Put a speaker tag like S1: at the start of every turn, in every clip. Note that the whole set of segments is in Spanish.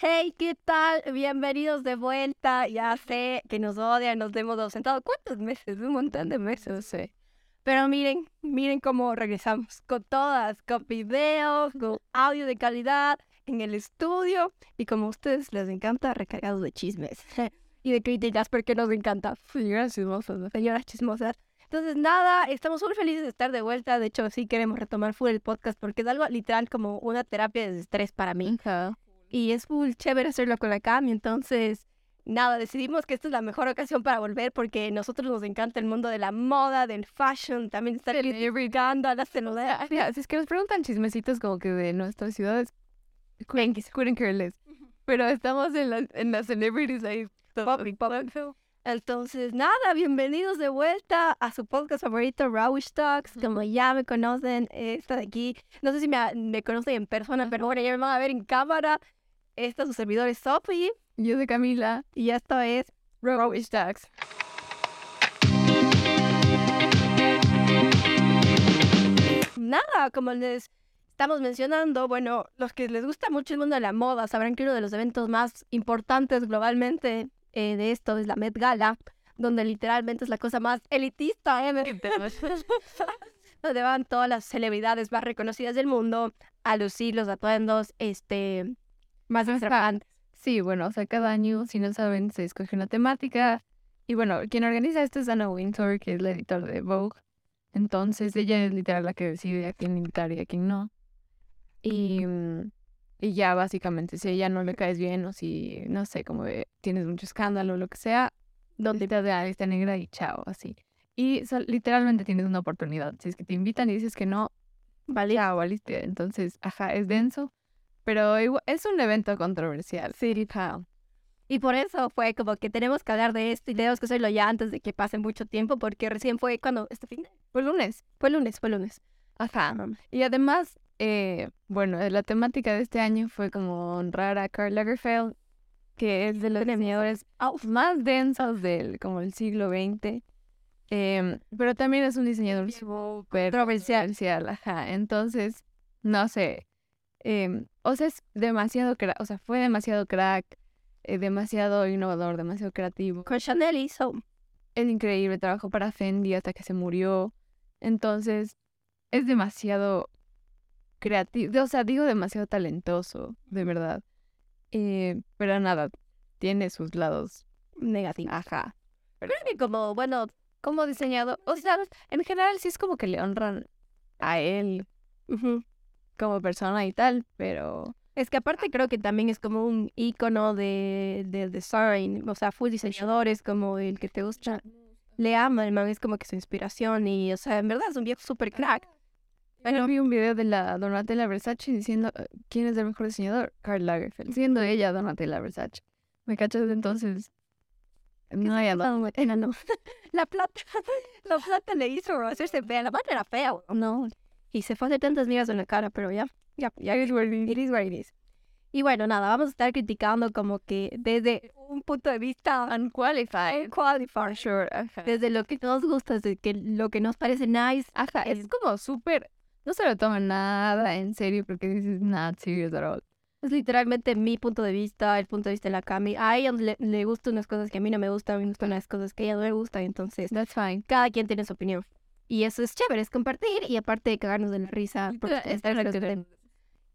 S1: Hey, ¿qué tal? Bienvenidos de vuelta. Ya sé que nos odian, nos hemos ausentado. ¿Cuántos meses? Un montón de meses, sí. Pero miren, miren cómo regresamos con todas, con videos, con audio de calidad en el estudio y como a ustedes les encanta, recargados de chismes y de críticas porque nos encanta. Señoras chismosas, ¿no? señoras chismosas. Entonces, nada, estamos muy felices de estar de vuelta. De hecho, sí queremos retomar full el podcast porque es algo literal como una terapia de estrés para mí. Y es full chévere hacerlo con la Cami. Entonces, nada, decidimos que esta es la mejor ocasión para volver porque nosotros nos encanta el mundo de la moda, del fashion, también estar criticando a las celulares.
S2: Mira, si es que nos preguntan chismecitos como que de nuestras ciudades, couldn't couldn't care less. Pero estamos en las en las celebrities ahí.
S1: Poppy, poppy. Entonces, nada, bienvenidos de vuelta a su podcast favorito, Rawish Talks. Como ya me conocen, eh, esta de aquí, no sé si me, me conocen en persona, pero ahora ya me van a ver en cámara. Esta es su servidor, es Sophie,
S2: Yo soy Camila.
S1: y esto es
S2: Rubbish Ducks.
S1: Nada, como les estamos mencionando, bueno, los que les gusta mucho el mundo de la moda sabrán que uno de los eventos más importantes globalmente eh, de esto es la Met Gala, donde literalmente es la cosa más elitista ¿eh? ever. donde van todas las celebridades más reconocidas del mundo a lucir los atuendos este más extravagantes.
S2: ah, Sí, bueno, o sea, cada año, si no saben, se escoge una temática. Y bueno, quien organiza esto es Anna Wintour, que es la editora de Vogue. Entonces, ella es literal la que decide a quién invitar y a quién no. Y, mm, y ya, básicamente, si a ella no le caes bien o si, no sé, como de- tienes mucho escándalo o lo que sea, donde te da esta negra y chao, así. Y sol- literalmente tienes una oportunidad. Si es que te invitan y dices que no,
S1: Vale.
S2: ya valiste. Entonces, ajá, es denso. Pero igua- es un evento controversial. Sí,
S1: Y por eso fue como que tenemos que hablar de esto y tenemos que hacerlo ya antes de que pase mucho tiempo porque recién fue cuando este fin de-
S2: Fue lunes.
S1: fue lunes, fue lunes.
S2: Ajá. Y además, eh, bueno, la temática de este año fue como honrar a Karl Lagerfeld, que es de los diseñadores más densos del como el siglo XX. Em, pero también es un diseñador súper controversial. Ajá. Entonces, no sé. em, o sea, es demasiado crack. O sea, fue demasiado crack, eh, demasiado innovador, demasiado creativo
S1: Con Chanel hizo
S2: el increíble trabajo para Fendi hasta que se murió. Entonces, es demasiado creativo, o sea, digo demasiado talentoso, de verdad. Eh, pero nada, tiene sus lados.
S1: negativo.
S2: Ajá.
S1: Creo que como, bueno,
S2: Como diseñado, o sea, en general sí es como que le honran a él
S1: ujú.
S2: como persona y tal, pero
S1: es que aparte creo que también es como un icono de, de design, o sea, full diseñadores como el que te gusta. Le ama el man, es como que su inspiración y, o sea, en verdad es un viejo super crack.
S2: Bueno, vi un video de la Donatella Versace diciendo eh, quién es el mejor diseñador, Karl Lagerfeld, siendo ella Donatella Versace. ¿Me cachas? Entonces, no hay
S1: Ah, bueno, era no. La plata, la plata le hizo hacerse fea, la madre era fea, weón, no. Y se fue a hacer tantas migas en la cara, pero ya, ya, ya it is what it is. Y bueno, nada, vamos a estar criticando como que desde un punto de vista
S2: Unqualified.
S1: unqualified,
S2: Sure, ajá.
S1: desde lo que nos gusta, desde que lo que nos parece nice,
S2: Ajá, es
S1: el-
S2: como súper. No se lo toman nada en serio porque dices not serious at all.
S1: es literalmente mi punto de vista, el punto de vista de la Cami. A ella le, le gustan unas cosas que a mí no me gustan, a mí me gustan las cosas que a ella no le gustan, entonces
S2: That's fine.
S1: cada quien tiene su opinión. Y eso es chévere, es compartir y aparte de cagarnos de la
S2: Ah,
S1: risa. porque
S2: Literal,
S1: estar en los
S2: literal.
S1: temas.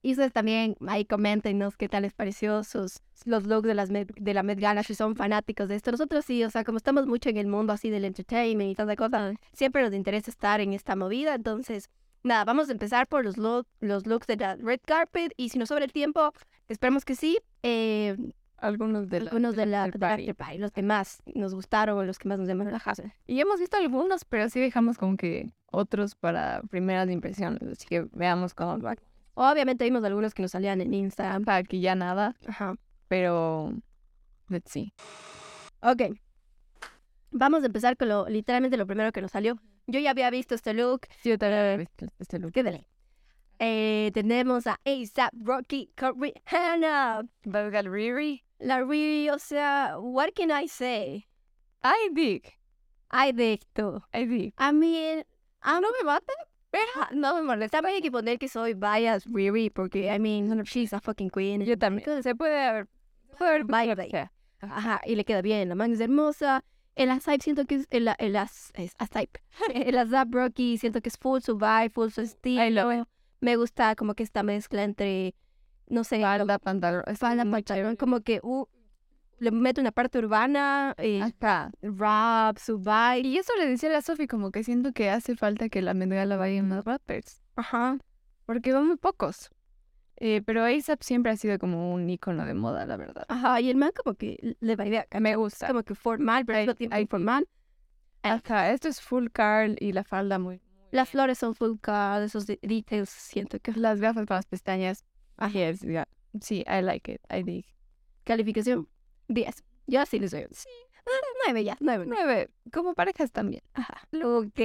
S1: Y ustedes también ahí coméntenos qué tal les pareció sus, los looks de, las Met- de la Met Gala, si son fanáticos de esto. Nosotros sí, o sea, como estamos mucho en el mundo así del entertainment y tanta cosa, siempre nos interesa estar en esta movida. Entonces, nada, vamos a empezar por los, look, los looks de la red carpet y si nos sobra el tiempo, esperemos que sí. eh,
S2: Algunos de
S1: algunos de la,
S2: del
S1: de la
S2: party.
S1: after party, los que más nos gustaron o los que más nos llamaron la casa.
S2: Y hemos visto algunos, pero sí dejamos como que otros para primeras impresiones. Así que veamos cómo va.
S1: Obviamente vimos algunos que nos salían en Instagram.
S2: Para que ya nada,
S1: Ajá.
S2: pero. Let's see.
S1: Ok. Vamos a empezar con lo literalmente lo primero que nos salió. Yo ya había visto este look.
S2: Sí, yo también había visto este look.
S1: Qué de ley. Eh, tenemos a ASAP Rocky con Rihanna.
S2: Vulgar Riri.
S1: La Riri, o sea, what can I say?
S2: I dig.
S1: Ay, de esto.
S2: I dig.
S1: A mí, ah, no me mata, pero no me molesta. También hay que poner que soy bias Riri porque, I mean, she's a fucking queen.
S2: Yo también. Se puede haber Poder
S1: Bye, bye. Ajá, y le queda bien. La manga es hermosa. El Asype siento que es. El, el, as, es Asype. El Asap Rocky siento que es full su vibe, full su estilo.
S2: I love it.
S1: Me gusta como que esta mezcla entre. No sé.
S2: Falda, pantalón. Es
S1: Falda,
S2: muy
S1: pantalón, como que. uh, le meto una parte urbana. eh,
S2: Ajá.
S1: rap, su vibe.
S2: Y eso le decía a la Sofi, como que siento que hace falta que la la vaya en más rappers,
S1: Ajá.
S2: porque van muy pocos. Eh, pero ASAP siempre ha sido como un icono de moda, la verdad.
S1: Ajá, y el man como que le vaivea,
S2: Me gusta.
S1: como que formal, pero al mismo tiempo
S2: ay, sí.
S1: informal.
S2: Ajá, esto es full Carl y la falda muy...
S1: Las flores son full card, esos de- details siento que...
S2: Las gafas con las pestañas. Así es, ya. Sí, I like it, I dig.
S1: Calificación, 10. Yo así les doy. un Sí. 9 ya, 9.
S2: Ah, Nueve, como parejas también. Ajá.
S1: Ok.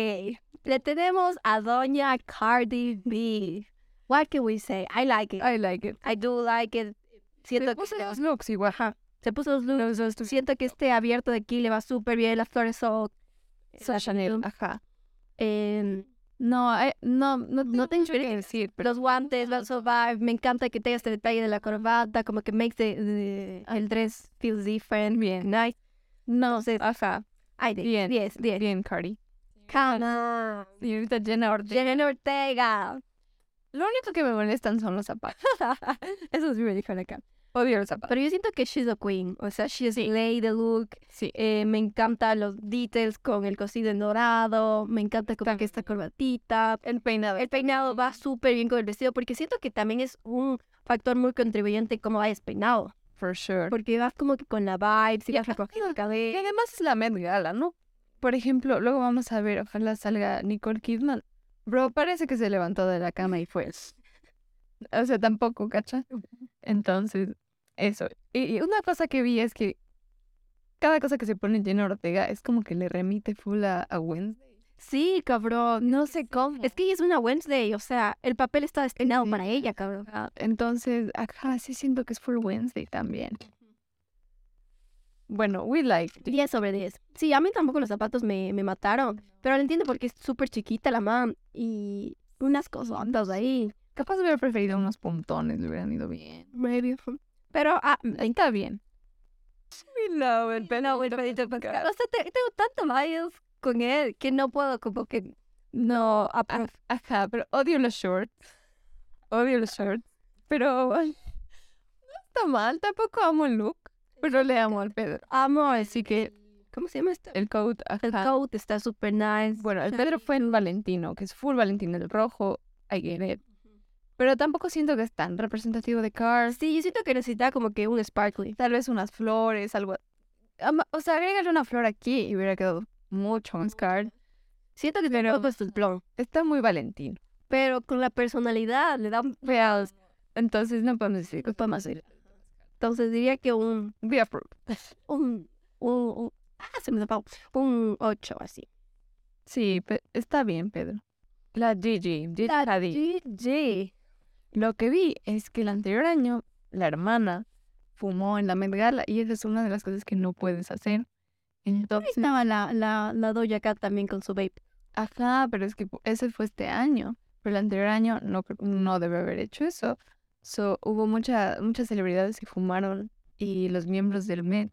S1: Le tenemos a Doña Cardi B. What can we say? I like it.
S2: I like it.
S1: I do like it. Siento
S2: Me
S1: que
S2: puse
S1: se,
S2: los looks igual. Ajá.
S1: se puso los looks. Siento que este abierto de aquí le va súper bien. Las flores son...
S2: Sa Chanel. Ajá.
S1: em,
S2: No, I- no, no, no tengo
S1: mucho
S2: que decir, pero...
S1: los guantes, van survive. Me encanta que tenga este detalle de la corbata, como que makes the, the- el dress feels different,
S2: Bien.
S1: nice.
S2: No,
S1: Entonces,
S2: ajá.
S1: ay, de-
S2: Bien.
S1: 10, 10.
S2: Bien, Cardi.
S1: Cama.
S2: Y ahorita Jenna Ortega.
S1: Jenna Ortega.
S2: Lo único que me molestan son los zapatos.
S1: Eso es me dijeron acá.
S2: Odio los zapatos.
S1: Pero yo siento que she's a queen. O sea, she's slay the look.
S2: Sí.
S1: Eh, me encantan los details con el cosido en dorado. Me encanta como que esta corbatita.
S2: El peinado.
S1: El peinado va súper bien con el vestido porque siento que también es un factor muy contribuyente cómo vayas peinado.
S2: For sure.
S1: Porque vas como que con la vibe, si
S2: Ya. Ah,
S1: vas recogiendo el
S2: Y
S1: cabello.
S2: además es la Met Gala, ¿no? Por ejemplo, luego vamos a ver, ojalá salga Nicole Kidman. Bro, parece que se levantó de la cama y fue. O sea, tampoco, ¿cacha? Entonces, eso. Y, y una cosa que vi es que cada cosa que se pone Jenna Ortega es como que le remite full a, a Wednesday.
S1: Sí, cabrón, no sé cómo. Es que ella es una Wednesday, o sea, el papel está destinado
S2: Sí.
S1: para ella, cabrón.
S2: ah, Entonces, ajá, sí siento que es full Wednesday también. Bueno, we like. it.
S1: 10 sobre 10. Sí, a mí tampoco los zapatos me, me mataron, pero lo entiendo porque es súper chiquita la mam y unas cosotas ahí.
S2: Capaz hubiera preferido unos puntones, le hubieran ido bien.
S1: Maybe. Pero, ah,
S2: Ahí está bien. We love it, but
S1: no,
S2: no,
S1: güey,
S2: we
S1: pedito
S2: don't care.
S1: O sea, te- tengo tanto bias con él que no puedo como que no
S2: Ah,
S1: apro-
S2: Ajá, pero odio los shorts. Odio los shorts. Pero ay, no está mal, tampoco amo el look. Pero le amo al Pedro.
S1: amo, así que, ¿cómo se llama esto?
S2: El coat,
S1: El
S2: ajá.
S1: coat está súper nice.
S2: Bueno, el Pedro fue en Valentino, que es full Valentino, el rojo, I get it. Pero tampoco siento que es tan representativo de Cars.
S1: Sí, yo siento que necesita como que un sparkly.
S2: Tal vez unas flores, algo. ama- O sea, agrégale una flor aquí y hubiera quedado mucho más Cars.
S1: Siento que tiene poco plon,
S2: Está muy Valentino.
S1: pero con la personalidad le da un
S2: Real. Entonces no podemos decir que
S1: para más. Entonces diría que un
S2: We approve.
S1: un un, un- ah, se me tapó. un 8 así.
S2: Sí, pe- está bien, Pedro. La Gigi, Gigi
S1: La
S2: Hadid.
S1: GG.
S2: Lo que vi es que el anterior año la hermana fumó en la Met Gala y esa es una de las cosas que no puedes hacer. Entonces,
S1: Estaba la la la Doja Cat también con su vape.
S2: ajá, pero es que pu- ese fue este año, pero el anterior año no cre- no debe haber hecho eso. So, hubo mucha, muchas celebridades que fumaron y los miembros del Met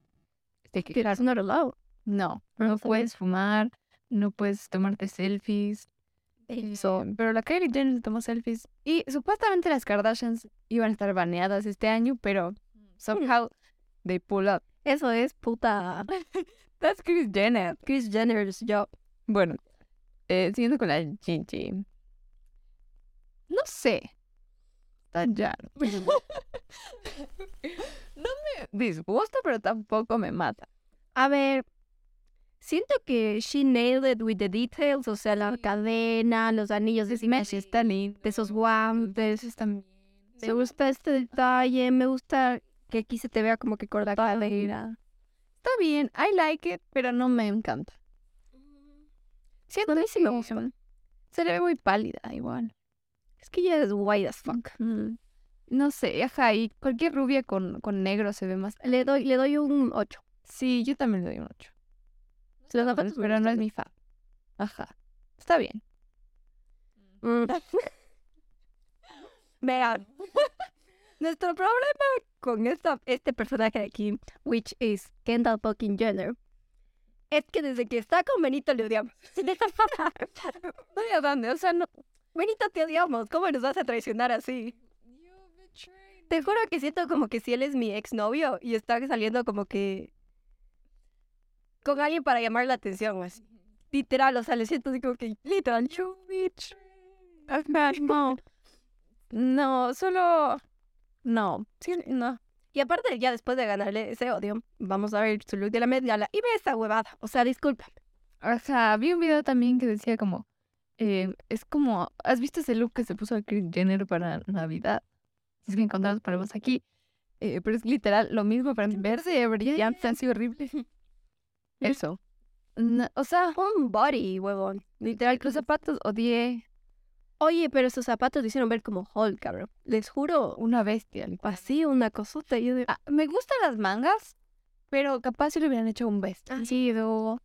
S2: se
S1: It's
S2: quejaron.
S1: not allowed.
S2: No, no puedes fumar, no puedes tomarte selfies. So, pero la Kylie Jenner se tomó selfies. Y supuestamente las Kardashians iban a estar baneadas este año, pero
S1: Mm.
S2: somehow they pull up.
S1: Eso es puta
S2: That's Chris Jenner.
S1: Chris Jenner's job.
S2: Bueno, eh, siguiendo con la Gigi. No sé. Está
S1: Mm.
S2: ya. No me disgusta, Eh, pero tampoco me mata.
S1: A ver, siento que she nailed it with the details, o sea, la cadena, los anillos de
S2: Así está lindo.
S1: de esos guantes,
S2: Entonces también.
S1: Me gusta este detalle, me gusta que aquí se te vea como que corta cadera.
S2: Está bien, I like it, pero no me encanta.
S1: Siento que Mm. sí me gusta.
S2: Se le ve muy pálida igual.
S1: Es que ella es white as fuck.
S2: Mm, No sé, ajá, y cualquier rubia con, con negro se ve más.
S1: Le doy, le doy un 8.
S2: Sí, yo también le doy un 8.
S1: Los zapatos me
S2: pero no es mi fa. Ajá. Está bien.
S1: Vean. Nuestro problema con esta, este personaje de aquí, which is Kendall fucking Jenner, es que desde que está con Benito le odiamos. no le odiamos, o sea, no- Benito te odiamos, ¿cómo nos vas a traicionar así? Te juro que siento como que si él es mi exnovio y está saliendo como que con alguien para llamar la atención o así. Literal, o sea, le siento así como que, literal, you bitch.
S2: Ajá, no. No, solo. No. Sí, no.
S1: Y aparte, ya después de ganarle ese odio, vamos a ver su look de la Met Gala y ve esa huevada. O sea, disculpa.
S2: O sea, vi un video también que decía como. eh, es como. ¿Has visto ese look que se puso a Chris Jenner para Navidad? Si es que encontramos palabras aquí. Eh, pero es literal lo mismo para verse brillante, así horrible. Eso. No, o sea,
S1: Un body, huevón. Literal,
S2: los
S1: cruz
S2: zapatos odié
S1: Oye, pero esos zapatos te hicieron ver como Hulk, cabrón. Les juro,
S2: una bestia. literal.
S1: así una cosota. y Yo de...
S2: Ah, me gustan las mangas, pero capaz si le hubieran hecho un vestido.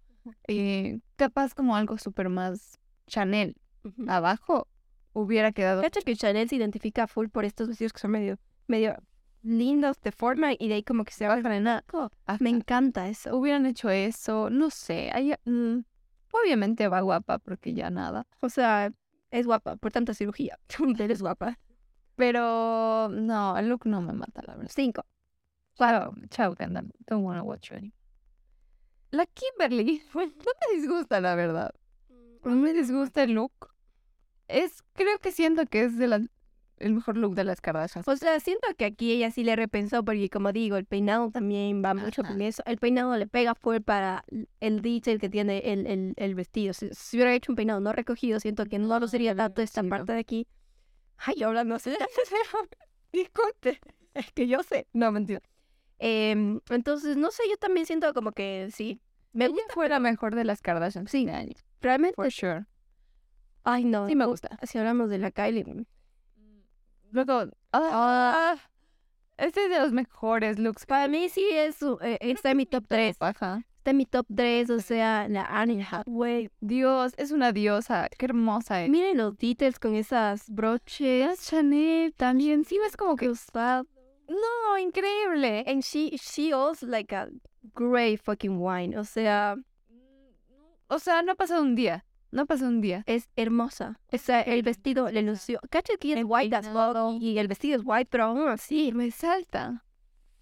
S2: eh, capaz como algo súper más Chanel
S1: Ujú.
S2: abajo hubiera quedado.
S1: Cacha que Chanel se identifica full por estos vestidos que son medio, medio lindos, te forman y de ahí como que se bajan en algo.
S2: Ajá.
S1: Me encanta eso.
S2: Hubieran hecho eso, no sé. hay- mm, obviamente va guapa porque ya nada.
S1: O sea, es guapa, por tanta cirugía. Eres guapa.
S2: Pero no, el look no me mata, la verdad.
S1: Cinco.
S2: Chao, chao, Kendall. Don't wanna watch you anymore. La Kimberly, pues, no me disgusta, la verdad. No me disgusta el look. Es, creo que siento que es de la- el mejor look de las Kardashians.
S1: O sea, siento que aquí ella sí le repensó porque, como digo, el peinado también va mucho
S2: Ajá.
S1: con eso. El peinado le pega full para el detail que tiene el, el, el vestido. Si, si hubiera hecho un peinado no recogido, siento que no lo sería tanto esta parte de aquí. Ay, ahora no sé. Disculpe. Es que yo sé.
S2: No, mentira.
S1: Em, entonces, no sé, yo también siento como que sí. Me
S2: Ella
S1: gusta.
S2: fue la mejor de las Kardashians. Sí,
S1: Realmente.
S2: for sure.
S1: Ay, no.
S2: Sí me
S1: no,
S2: gusta.
S1: Si hablamos de la Kylie.
S2: Luego, ah, este es de los mejores looks.
S1: Para mí sí es, su- eh, está en mi top 3.
S2: Ajá.
S1: Está en mi top 3, o sea, la Annie Hathaway.
S2: Dios, es una diosa. Qué hermosa es.
S1: Eh, Miren los details con esas broches. Oh,
S2: Chanel también. Sí, es como que.
S1: Usado.
S2: No, increíble.
S1: And she, she owes like a great fucking wine. O sea,
S2: mm, O sea, no ha pasado un día. No ha pasado un día.
S1: es hermosa. O sea, el vestido le lució. Cacha que es
S2: El
S1: white as
S2: peinado.
S1: fuck. Y el vestido es white, pero aún así.
S2: Me salta.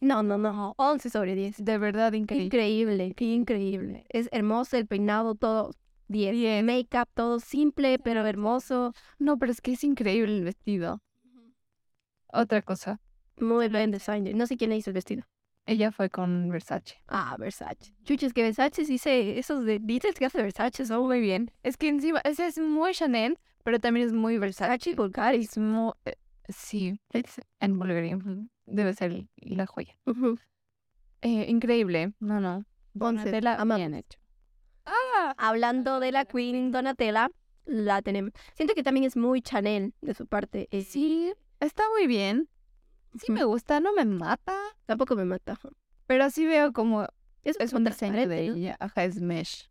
S1: No, no, no. 11 sobre 10.
S2: De verdad, increíble.
S1: Increíble, increíble. Es hermoso el peinado, todo. 10. Make-up, todo simple, pero hermoso.
S2: No, pero es que es increíble el vestido. Otra cosa.
S1: Muy buen designer. No sé quién le hizo el vestido.
S2: Ella fue con Versace.
S1: Ah, Versace. Chuches, que Versace sí se... Esos de details que hace Versace son muy bien.
S2: Es que encima, ese es muy Chanel, pero también es muy Versace.
S1: Versace Bulgari.
S2: Es muy. eh, sí, es en Bulgaria. ujú. Debe ser la joya. Eh, increíble. No, no.
S1: Once.
S2: Donatella,
S1: Ama-
S2: bien hecho. ¡Ah!
S1: Hablando de la Queen Donatella, la tenemos. Siento que también es muy Chanel de su parte. eh,
S2: Sí, está muy bien. Sí me gusta, no me mata.
S1: Tampoco me mata.
S2: Pero sí veo como
S1: Eso
S2: es un diseño de
S1: transparente, ¿no?
S2: ella. Ajá, es mesh.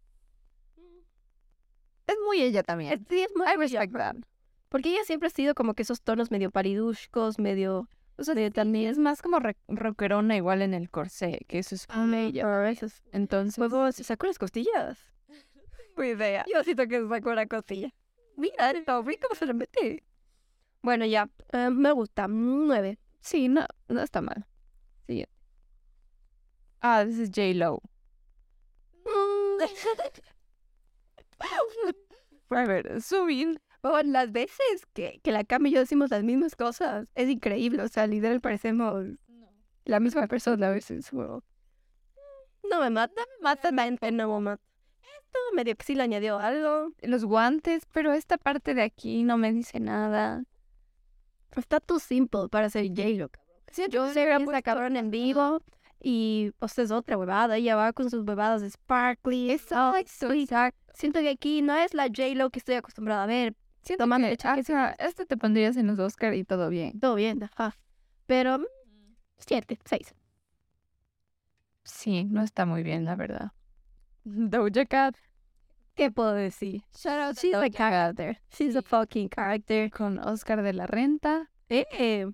S2: Es muy ella
S1: Es-
S2: también.
S1: Sí, es muy...
S2: I respect that.
S1: Porque ella siempre ha sido como que esos tonos medio paridushcos, medio...
S2: O sea,
S1: Pero
S2: también es más como re- rockerona igual en el corsé, que eso es ella.
S1: Ah, esos-
S2: Entonces,
S1: Huevo, ¿se sacó las costillas?
S2: idea.
S1: Yo siento que se sacó una costilla. Mira, esto, vi cómo se lo metí. Bueno, ya. eh, me gusta. Nueve.
S2: Sí, no, no está mal. Sí. Ah, this is J Lo. A ver, Subin.
S1: Bueno, las veces que, que la Cam y yo decimos las mismas cosas, es increíble. O sea, literal parecemos la misma persona a veces. huevón. No me mata, me mata, me- no me mata. Esto medio que sí le añadió algo.
S2: Los guantes, pero esta parte de aquí no me dice nada.
S1: Pues, Está too simple para ser J-Lo. cabrón. yo
S2: le
S1: sé
S2: hubiera
S1: que esa
S2: puesto-
S1: cabrón en vivo y o sea, es otra huevada. Ella va con sus huevadas de sparkly.
S2: Exacto,
S1: exacto. Siento que aquí no es la J-Lo que estoy acostumbrada a ver.
S2: Siento
S1: Tomando
S2: que,
S1: leche, que
S2: o sea, este te pondrías en los Oscar y todo bien.
S1: Todo bien, ajá. Pero mm, siete, seis.
S2: Sí, no está muy bien, la verdad. Doja Cat
S1: ¿Qué puedo decir?
S2: Shout out to
S1: She's a
S2: Doja.
S1: character. She's a
S2: Sí.
S1: fucking character.
S2: con Oscar de la Renta
S1: Eh, eh,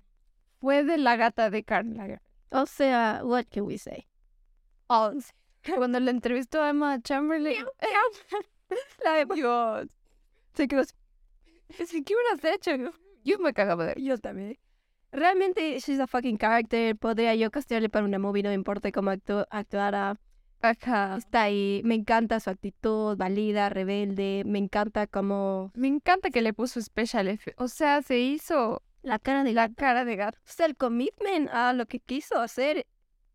S2: fue de la gata de Karl Lagerfeld.
S1: O sea, what can we say? Once.
S2: Cuando la entrevistó a Emma Chamberlain, eh,
S1: La de Dios. Se quedó así.
S2: sí, ¿qué hubieras hecho? Yo me cagaba de
S1: Yo también. Realmente, she's a fucking character. Podría yo castearle para una movie, no me importa cómo actu- actuara.
S2: Ajá.
S1: Está ahí. Me encanta su actitud, valida, rebelde. Me encanta como
S2: Me encanta que le puso special F. O sea, se hizo
S1: la cara de
S2: la cara de gato.
S1: O sea, el commitment a lo que quiso hacer.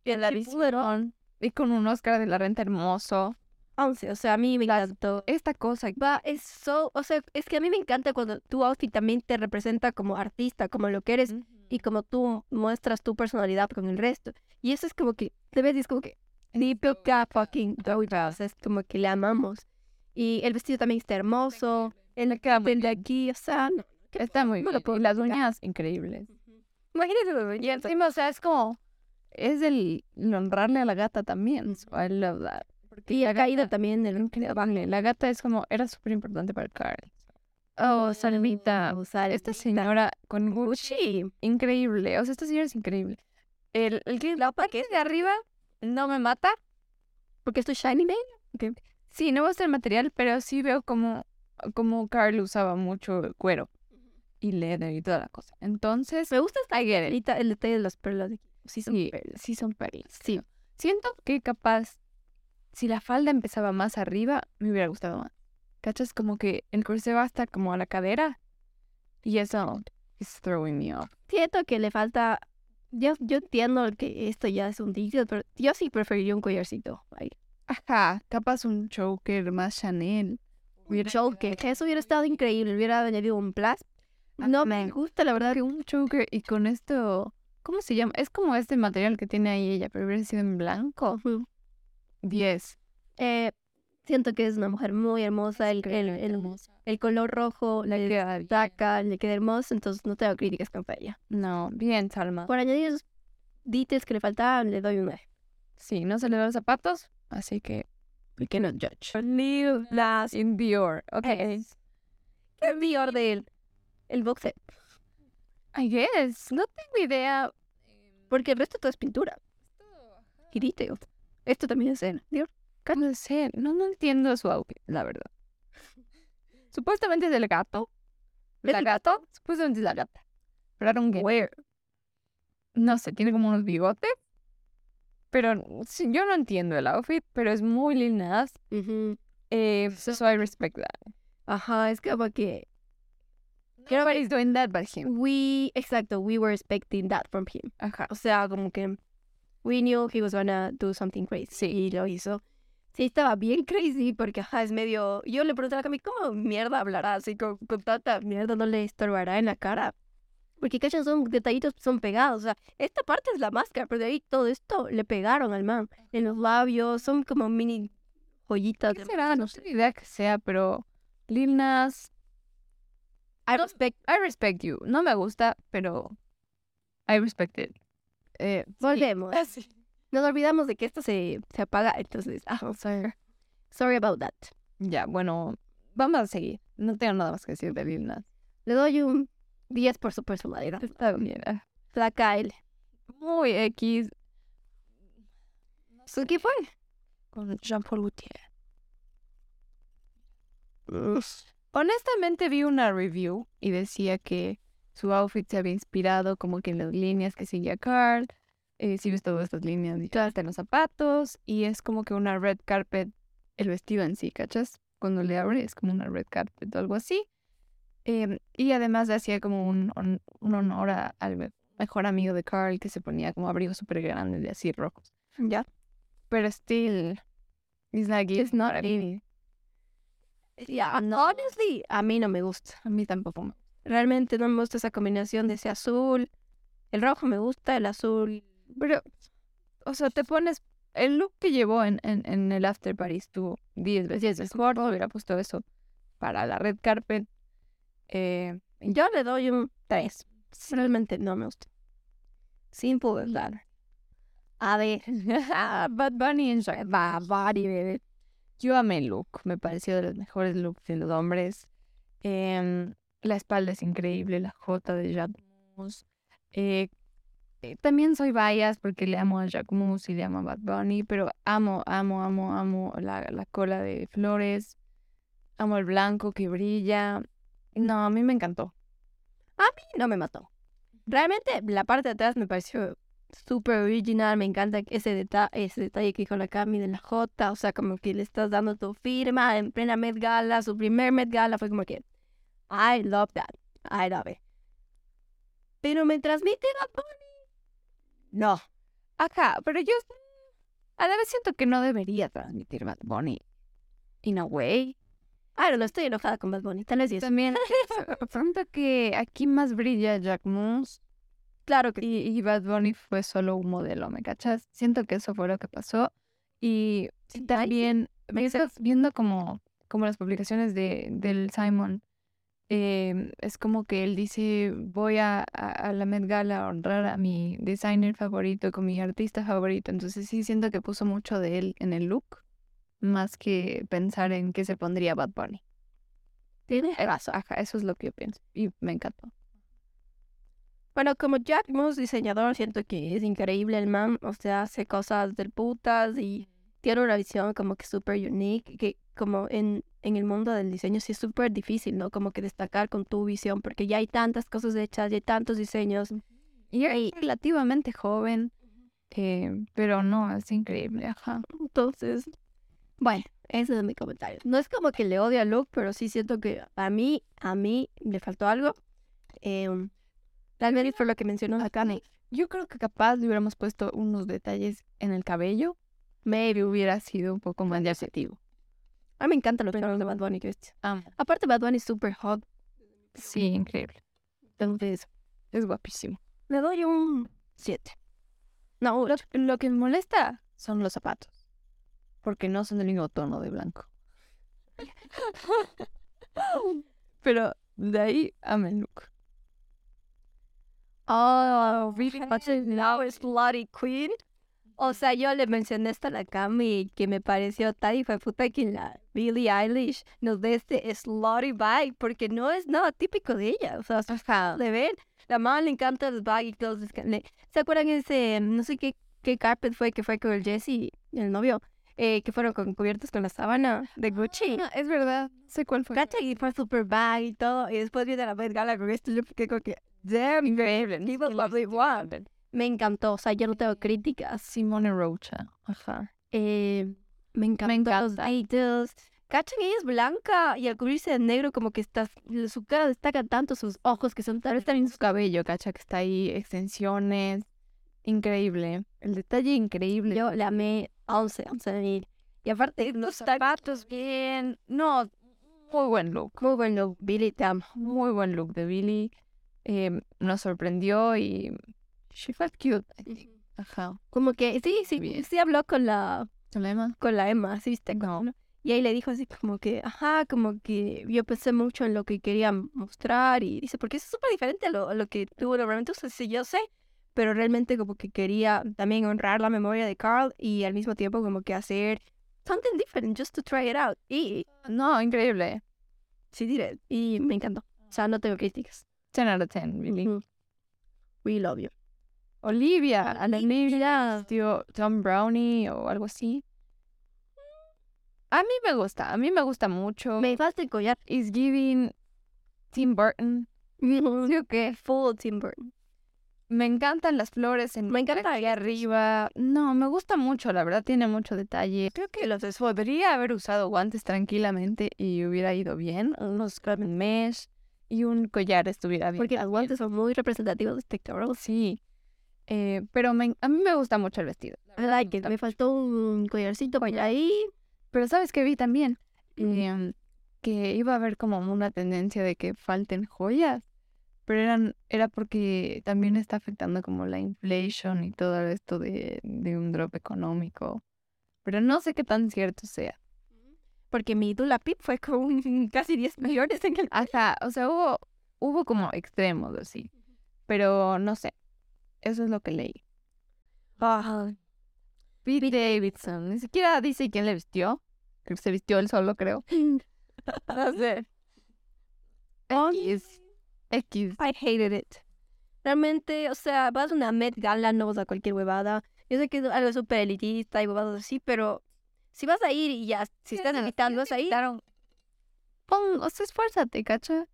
S2: en la
S1: Sí,
S2: visión.
S1: pudo.
S2: Y con un Oscar de la renta hermoso.
S1: Once. O sea, a mí me
S2: Las-
S1: encantó.
S2: Esta cosa.
S1: Va, es so, o sea, es que a mí me encanta cuando tu outfit también te representa como artista, como lo que eres
S2: Mm.
S1: y como tú muestras tu personalidad con el resto. Y eso es como que, te ves y es como que, típica fucking Doja, o sea, es como que le amamos. Y el vestido también está hermoso, el
S2: queda muy
S1: el de aquí, o sea, no. ¿qué
S2: Está muy
S1: no lo
S2: bien.
S1: puedo
S2: Y las
S1: explicar.
S2: uñas increíbles.
S1: Imagínate pues, los dueños.
S2: Encima, o sea, es como. Es el, el honrarle a la gata también. so I love that.
S1: Y
S2: la
S1: ha caído
S2: gata-
S1: también el...
S2: Increíble. La gata es como. Era súper importante para Carl. Oh, Salmita.
S1: usar
S2: Esta señora con Gucci. Increíble. O sea, esta señora es increíble. El, el que
S1: La otra que
S2: de arriba no me mata.
S1: porque estoy shiny man.
S2: Sí, no gusta el material, pero sí veo como, como Carl usaba mucho el cuero y leather y toda la cosa. Entonces,
S1: Me gusta esta
S2: I get it.
S1: perlita, el detalle de las perlas. de aquí. Sí, son
S2: Sí,
S1: perlas.
S2: sí son perlas.
S1: Sí.
S2: Siento que capaz, si la falda empezaba más arriba, me hubiera gustado más. ¿Cachas? Como que el corsé va hasta como a la cadera y eso is throwing me off.
S1: Siento que le falta. Yo, yo entiendo que esto ya es un detail, pero yo sí preferiría un collarcito. Ay,
S2: Ajá, capaz un choker más Chanel.
S1: un
S2: Hubiera
S1: choker. Eso hubiera estado increíble. Hubiera añadido un plus.
S2: Ah,
S1: No
S2: man.
S1: me gusta, la verdad.
S2: que un choker y con esto, ¿cómo se llama? Es como este material que tiene ahí ella, pero hubiera sido en blanco.
S1: Ujú.
S2: 10.
S1: mm, Eh, siento que es una mujer muy hermosa. El, el, el, el color rojo, la que
S2: Queda bien.
S1: ataca, le queda hermoso. Entonces no tengo críticas con ella.
S2: No, bien, Salma.
S1: Por añadir esos details que le faltaban, le doy un 9.
S2: Sí, no se le dan los zapatos, así que
S1: We cannot judge.
S2: live last in Dior. Ok.
S1: Yes. ¿Qué peor del el boxer?
S2: I guess. No tengo idea. em,
S1: Porque el resto todo es pintura y detail. Esto también es en Dior.
S2: No sé, no, no entiendo su outfit, la verdad. Supuestamente es del gato.
S1: ¿Es
S2: ¿La
S1: el
S2: gato? Supuestamente es la gata. Pero I don't get it. No sé, tiene como unos bigotes. Pero sí, yo no entiendo el outfit, pero es muy Lil Nas. Eh, so, I respect that.
S1: Ajá, es como que Creo que
S2: Nobody's doing that but him.
S1: we, exacto, we were expecting that from him.
S2: Ajá.
S1: O sea, como que we knew he was gonna do something crazy. Y lo hizo. Sí, estaba bien crazy porque, ajá, es medio... Yo le pregunté a la Cami, ¿cómo mierda hablará así con, con tanta mierda? ¿No le estorbará en la cara? Porque, cachas, son detallitos, son pegados. O sea, esta parte es la máscara, pero de ahí todo esto le pegaron al man. En los labios, son como mini joyitas.
S2: ¿Qué
S1: de-
S2: será? No tengo idea que sea, pero Lil Nas,
S1: I respect
S2: I respect you. No me gusta, pero I respect it. Eh,
S1: Volvemos. Nos olvidamos de que esto se, se apaga, entonces, ah, sorry. sorry about that.
S2: Ya, bueno, vamos a seguir. No tengo nada más que decir de Lil Nas.
S1: Le doy un 10 por su personalidad.
S2: Está bien. eh.
S1: Flaca él.
S2: Muy X
S1: ¿Su qué fue?
S2: con Jean-Paul Gaultier. Honestamente vi una review y decía que su outfit se había inspirado como que en las líneas que seguía Carl. Eh, si ves todas estas líneas y hasta en los zapatos y es como que una red carpet, el vestido en sí, ¿cachas? Cuando le abre es como una red carpet o algo así. Eh, y además hacía como un, hon- un honor a- al me- mejor amigo de Carl que se ponía como abrigos súper grandes y así rojos.
S1: Ya.
S2: Pero still, it's like, it's not really.
S1: Ya, honestly, a mí no me gusta.
S2: A mí tampoco me
S1: Realmente no me gusta esa combinación de ese azul. El rojo me gusta, el azul.
S2: Pero, o sea, te pones. El look que llevó en, en, en el After Party estuvo 10 veces, mejor. No hubiera puesto eso para la red carpet. Eh,
S1: Yo le doy un 3. Realmente no me gusta. Simple as that. A ver.
S2: Bad Bunny en Shakira.
S1: Va, va, bebé.
S2: Yo amé el look. Me pareció de los mejores looks de los hombres. Em, la espalda es increíble. La jota de Jadmus. eh, también soy bias porque le amo a Jacquemus y le amo a Bad Bunny, pero amo, amo, amo, amo la, la cola de flores. Amo el blanco que brilla. No, a mí me encantó.
S1: no me mató. Realmente la parte de atrás me pareció súper original, me encanta ese, deta- ese detalle que dijo la Cami de la J, o sea, como que le estás dando tu firma en plena Met Gala, su primer Met Gala fue como que, I love that, I love it. Pero me transmite Bad Bunny. No,
S2: Ajá, pero yo a la vez siento que no debería transmitir Bad Bunny. In a way.
S1: I don't know, estoy enojada con Bad Bunny, tal vez sí es-
S2: También eh, siento que aquí más brilla Jack Moose. Claro que y, y Bad Bunny fue solo un modelo, ¿me cachas? Siento que eso fue lo que pasó. Y
S1: Sí,
S2: también me estás viendo como, como las publicaciones de, del Simon. eh, es como que él dice, voy a, a- a la Met Gala a honrar a mi designer favorito con mi artista favorito. Entonces sí siento que puso mucho de él en el look, más que pensar en qué se pondría Bad Bunny.
S1: tienes
S2: Eh,
S1: razón.
S2: Ajá, eso es lo que yo pienso. Y me encantó.
S1: Bueno, como Jack Moose, diseñador, siento que es increíble el man. O sea, hace cosas del putas y tiene una visión como que súper unique. Que como en, en el mundo del diseño sí es súper difícil, ¿no? Como que destacar con tu visión, porque ya hay tantas cosas hechas, ya hay tantos diseños.
S2: Y es relativamente joven, eh, pero no, es increíble, ajá.
S1: Entonces, bueno, ese es mi comentario. No es como que le odio a Luke, pero sí siento que a mí, a mí le faltó algo. Eh, tal vez por lo que mencionó la Kanye.
S2: Yo creo que capaz le hubiéramos puesto unos detalles en el cabello. Maybe hubiera sido un poco más llamativo.
S1: A mí me encantan los peinados de Bad Bunny, Cristian. Aparte, Bad Bunny es súper hot.
S2: sí, increíble.
S1: Entonces,
S2: Es guapísimo.
S1: le doy un 7.
S2: No, lo, lo que me molesta son los zapatos. Porque no son del mismo tono de blanco. Pero de ahí, amo el look.
S1: Oh, really fucking now is bloody queen. O sea, yo le mencioné esto a la Cami que me pareció tan hija de puta que la Billie Eilish nos dé este slutty vibe porque no es nada típico de ella. O sea,
S2: Ajá.
S1: de ver, la mamá le encanta los baggy clothes. es que le- ¿Se acuerdan ese, mm, no sé qué, qué carpet fue que fue con el Jesse y el novio? Eh, que fueron con- cubiertos con la sábana de Gucci.
S2: Ah, es verdad. Sé cuál fue.
S1: Cacha y fue super bad y todo. Y después viene la Met Gala con esto. Yo porque como que, damn,
S2: Increíble.
S1: he was lovely one. Me encantó. O sea, yo no tengo críticas.
S2: Simone Rocha. Ajá.
S1: Eh, me encantó los
S2: encanta.
S1: idols. Cacha que ella es blanca y al cubrirse de negro, como que está, su cara destaca tanto sus ojos que son
S2: Pero
S1: tan.
S2: está bien su cabello, cacha, que está ahí, extensiones. Increíble. El detalle increíble.
S1: Yo la amé 11, 11 de mil. Y aparte, no está
S2: zapatos bien. No, Mm, muy buen look.
S1: muy bueno, Billy Tam.
S2: Muy buen look de Billy. Eh, nos sorprendió y. She felt cute. I think. Ajá.
S1: Como que sí, sí,
S2: Bien.
S1: sí habló con la,
S2: ¿Solema?
S1: con la Emma, ¿sí viste?
S2: No.
S1: Y ahí le dijo así como que, ajá, como que yo pensé mucho en lo que quería mostrar y dice, porque es súper diferente a lo, a lo que tú normalmente usas, sí, yo sé, pero realmente como que quería también honrar la memoria de Carl y al mismo tiempo como que hacer something different just to try it out. Y
S2: No, increíble.
S1: sí, diré, y me encantó. O sea, no tengo críticas.
S2: 10 out of 10, Billy.
S1: Ujú. We love you.
S2: Olivia, a la Olivia, tío Tom Brownie o algo así. Mm. A mí me gusta, a mí me gusta mucho.
S1: Me falta el collar.
S2: Is giving Tim Burton.
S1: ¿Sí qué? Full Tim Burton.
S2: Me encantan las flores en
S1: Me encanta
S2: aquí arriba. No, me gusta mucho, la verdad tiene mucho detalle. Creo que los es- podría haber usado guantes tranquilamente y hubiera ido bien. Unos crop and mesh y un collar estuviera bien.
S1: Porque las
S2: también.
S1: guantes son muy representativos de este cabrón.
S2: Sí. Eh, pero me- a mí me gusta mucho el vestido.
S1: I like it. Me faltó un collarcito por ahí.
S2: Pero sabes que vi también
S1: Mm.
S2: Em, que iba a haber como una tendencia de que falten joyas, pero eran, era porque también está afectando como la inflación y todo esto de, de un drop económico. Pero no sé qué tan cierto sea.
S1: Porque mi Dula Pip fue con un- casi 10 millones en el...
S2: Ajá, o sea, hubo, hubo como extremos así, pero no sé. Eso es lo que leí. Pete Davidson, ni siquiera dice quién le vistió. Creo que se vistió él solo, creo.
S1: no sé.
S2: X. X.
S1: I hated it. Realmente, o sea, vas a una Met Gala, no vas a cualquier huevada. Yo sé que es algo súper elitista y huevadas así, pero si vas a ir y ya, si estás invitando, vas a ir.
S2: Claro. Pon, o sea, esfuérzate, cacha.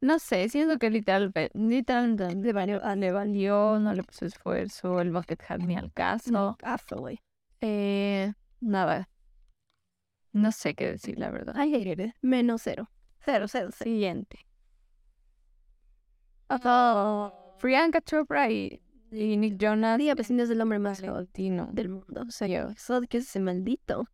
S2: No sé, siento que literal, ve- literal le valió, ah, le valió, no le puso esfuerzo, el bucket hat ni al caso.
S1: Caso, güey.
S2: Eh, nada. No sé qué decir, la verdad.
S1: I hated it. Menos cero. Cero, cero, cero.
S2: Siguiente.
S1: Ah.
S2: Oh, Priyanka Chopra y, y Nick Jonas.
S1: Día vecinos del hombre más hot
S2: Valentino.
S1: del mundo. O sea, yo, so que ese maldito.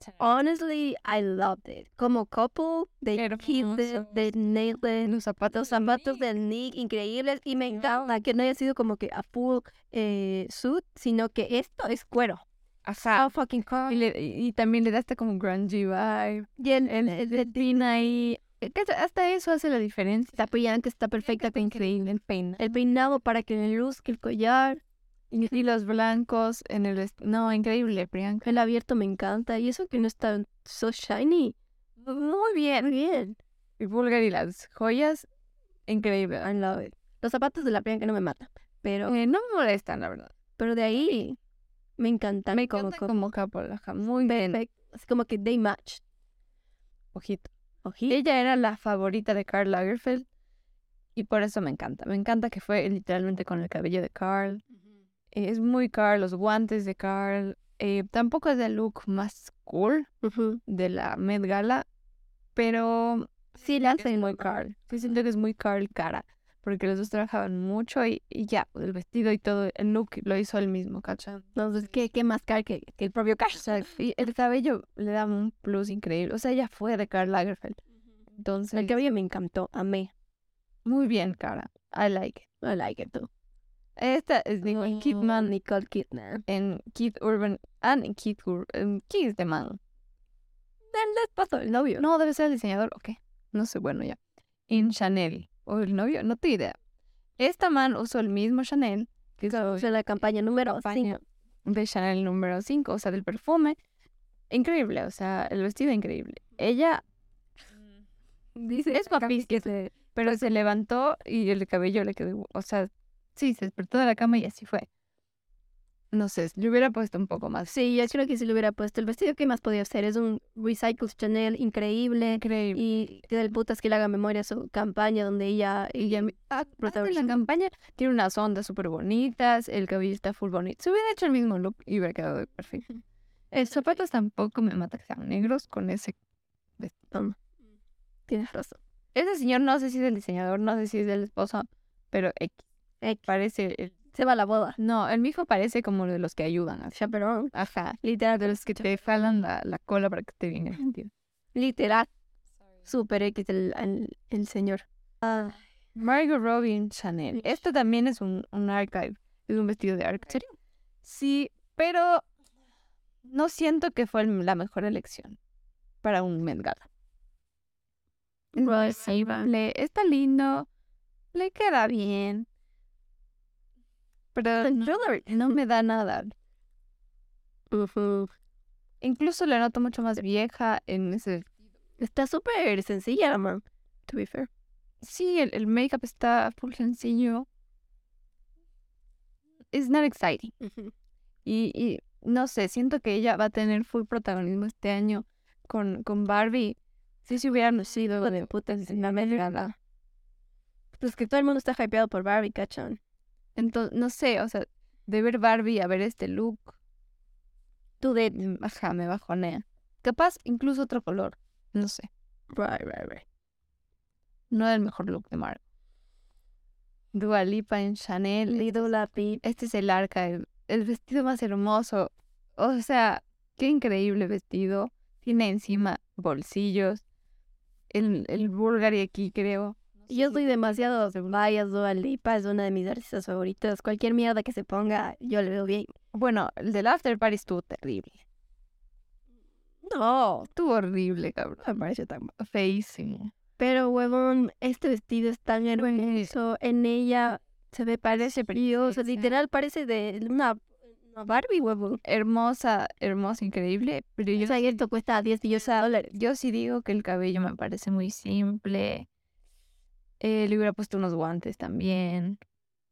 S2: Sí.
S1: Honestly, I loved it. Como couple, they killed
S2: Hermoso.
S1: it, they nailed it.
S2: Los
S1: Los
S2: zapatos.
S1: zapatos del Nick increíbles y me encanta que no haya sido como que a full eh, suit, sino que esto es cuero.
S2: Ajá.
S1: Oh, fucking
S2: Y,
S1: cool.
S2: le- y también le da hasta como grungy vibe.
S1: Y el,
S2: El, el Betín ahí. Cacha, Hasta eso hace la diferencia.
S1: está brillante, está perfecta, está increíble.
S2: El peinado.
S1: El peinado para que le luzca el collar.
S2: Y, y los blancos en el... est- No, increíble, Priyanka.
S1: El abierto me encanta. Y eso que no está so shiny. Muy bien, bien.
S2: Y Bulgar y las joyas, increíble.
S1: I love it. Los zapatos de la prima que no me matan. Pero,
S2: Eh, no me molestan, la verdad.
S1: pero de ahí me encantan.
S2: Me
S1: como,
S2: encanta como capo, ajá, muy bien.
S1: perfect. Así como que they match.
S2: Ojito.
S1: Ojito.
S2: Ella era la favorita de Karl Lagerfeld y por eso me encanta. Me encanta que fue literalmente con el cabello de Karl. Eh, es muy Karl, los guantes de Karl. Eh, tampoco es el look más cool
S1: Ujú.
S2: de la Met Gala, pero
S1: Sí, la
S2: Siento que
S1: hacen
S2: es muy Carl. Sí, siento que es muy Carl cara. Porque los dos trabajaban mucho y, y ya, pues, el vestido y todo, el look lo hizo él mismo, ¿cachan?
S1: Entonces, pues, ¿qué, qué más caro que, que el propio
S2: O
S1: cash?
S2: sea, y el cabello le da un plus increíble. O sea, ella fue de Karl Lagerfeld. Entonces,
S1: El cabello me encantó. Amé.
S2: muy bien, cara. I like it.
S1: I like it too.
S2: Esta es Nicole Kidman
S1: Nicole Kidman.
S2: en Kid Urban and en Kid Urban. ¿Quién es de man?
S1: Del despacio, el novio.
S2: No, debe ser el diseñador, ok. No sé, bueno, ya. En Chanel. O el novio, no tengo idea. Esta man usó el mismo Chanel. Que es
S1: O sea, la campaña número 5.
S2: campaña de Chanel número 5, o sea, del perfume. Increíble, o sea, el vestido increíble. Ella
S1: Mm. Dice,
S2: es guapísima, pero
S1: pues
S2: se levantó y el cabello le quedó, o sea, sí, se despertó de la cama y así fue. No sé, le hubiera puesto un poco más.
S1: Sí, yo creo que si le hubiera puesto el vestido, ¿qué más podía hacer? Es un Recycled Chanel increíble.
S2: Increíble.
S1: Y que del putas que le haga memoria a su campaña donde ella.
S2: Y ya me- ah,
S1: Brother
S2: hace la
S1: Wilson.
S2: campaña tiene unas ondas súper bonitas, el cabello está full bonito. Se hubiera hecho el mismo look y hubiera quedado de perfil. Los zapatos tampoco me mata que sean negros con ese
S1: Tienes razón.
S2: Ese señor no sé si es el diseñador, no sé si es el esposo, pero X.
S1: X.
S2: Parece. el-
S1: Se va a la boda.
S2: no, el mijo parece como de los que ayudan. así.
S1: Chaperón.
S2: Ajá. Literal, de los que te falan la, la cola para que te venga el vestido.
S1: Literal. Super X el, el, el señor.
S2: Margot Robin Chanel. Esto también es un, un archive. Es un vestido de archive. Sí, pero no siento que fue el- la mejor elección para un Met Gala.
S1: Roy Saban.
S2: Le, está lindo, le queda bien, pero no, no me da nada.
S1: Ujú.
S2: Incluso la noto mucho más vieja en ese...
S1: Está súper sencilla, man. To be fair.
S2: Sí, el, el make-up está full sencillo. It's not exciting. Y, y no sé, siento que ella va a tener full protagonismo este año con, con Barbie. Si se hubieran sido
S1: Hijo de puta, es una merda. Pues que todo el mundo está hypeado por Barbie, cachón.
S2: Entonces, no sé, o sea, de ver Barbie a ver este look,
S1: Tú de.
S2: mm, ajá, me bajonea. Capaz incluso otro color, no sé.
S1: Right, right, right.
S2: No era el mejor look de Marvel. Dua Lipa en Chanel.
S1: Little Lapi.
S2: Este es el arca, el, el vestido más hermoso. O sea, qué increíble vestido. Tiene encima bolsillos. El, el Bulgari aquí, creo.
S1: Yo soy demasiado biased, Dua Lipa es una de mis artistas favoritas. Cualquier mierda que se ponga, yo le veo bien.
S2: Bueno, el del After Party estuvo terrible.
S1: No.
S2: Estuvo horrible, cabrón.
S1: Me pareció tan
S2: Feísimo.
S1: Pero, huevón, este vestido es tan hermoso. En ella se ve parece preciosa.
S2: princesa.
S1: Literal parece de una, una Barbie, huevón.
S2: Hermosa, hermosa, increíble. Pero yo,
S1: O sea, y esto cuesta 10 millones de dólares.
S2: yo sí digo que el cabello me parece muy simple. Eh, le hubiera puesto unos guantes también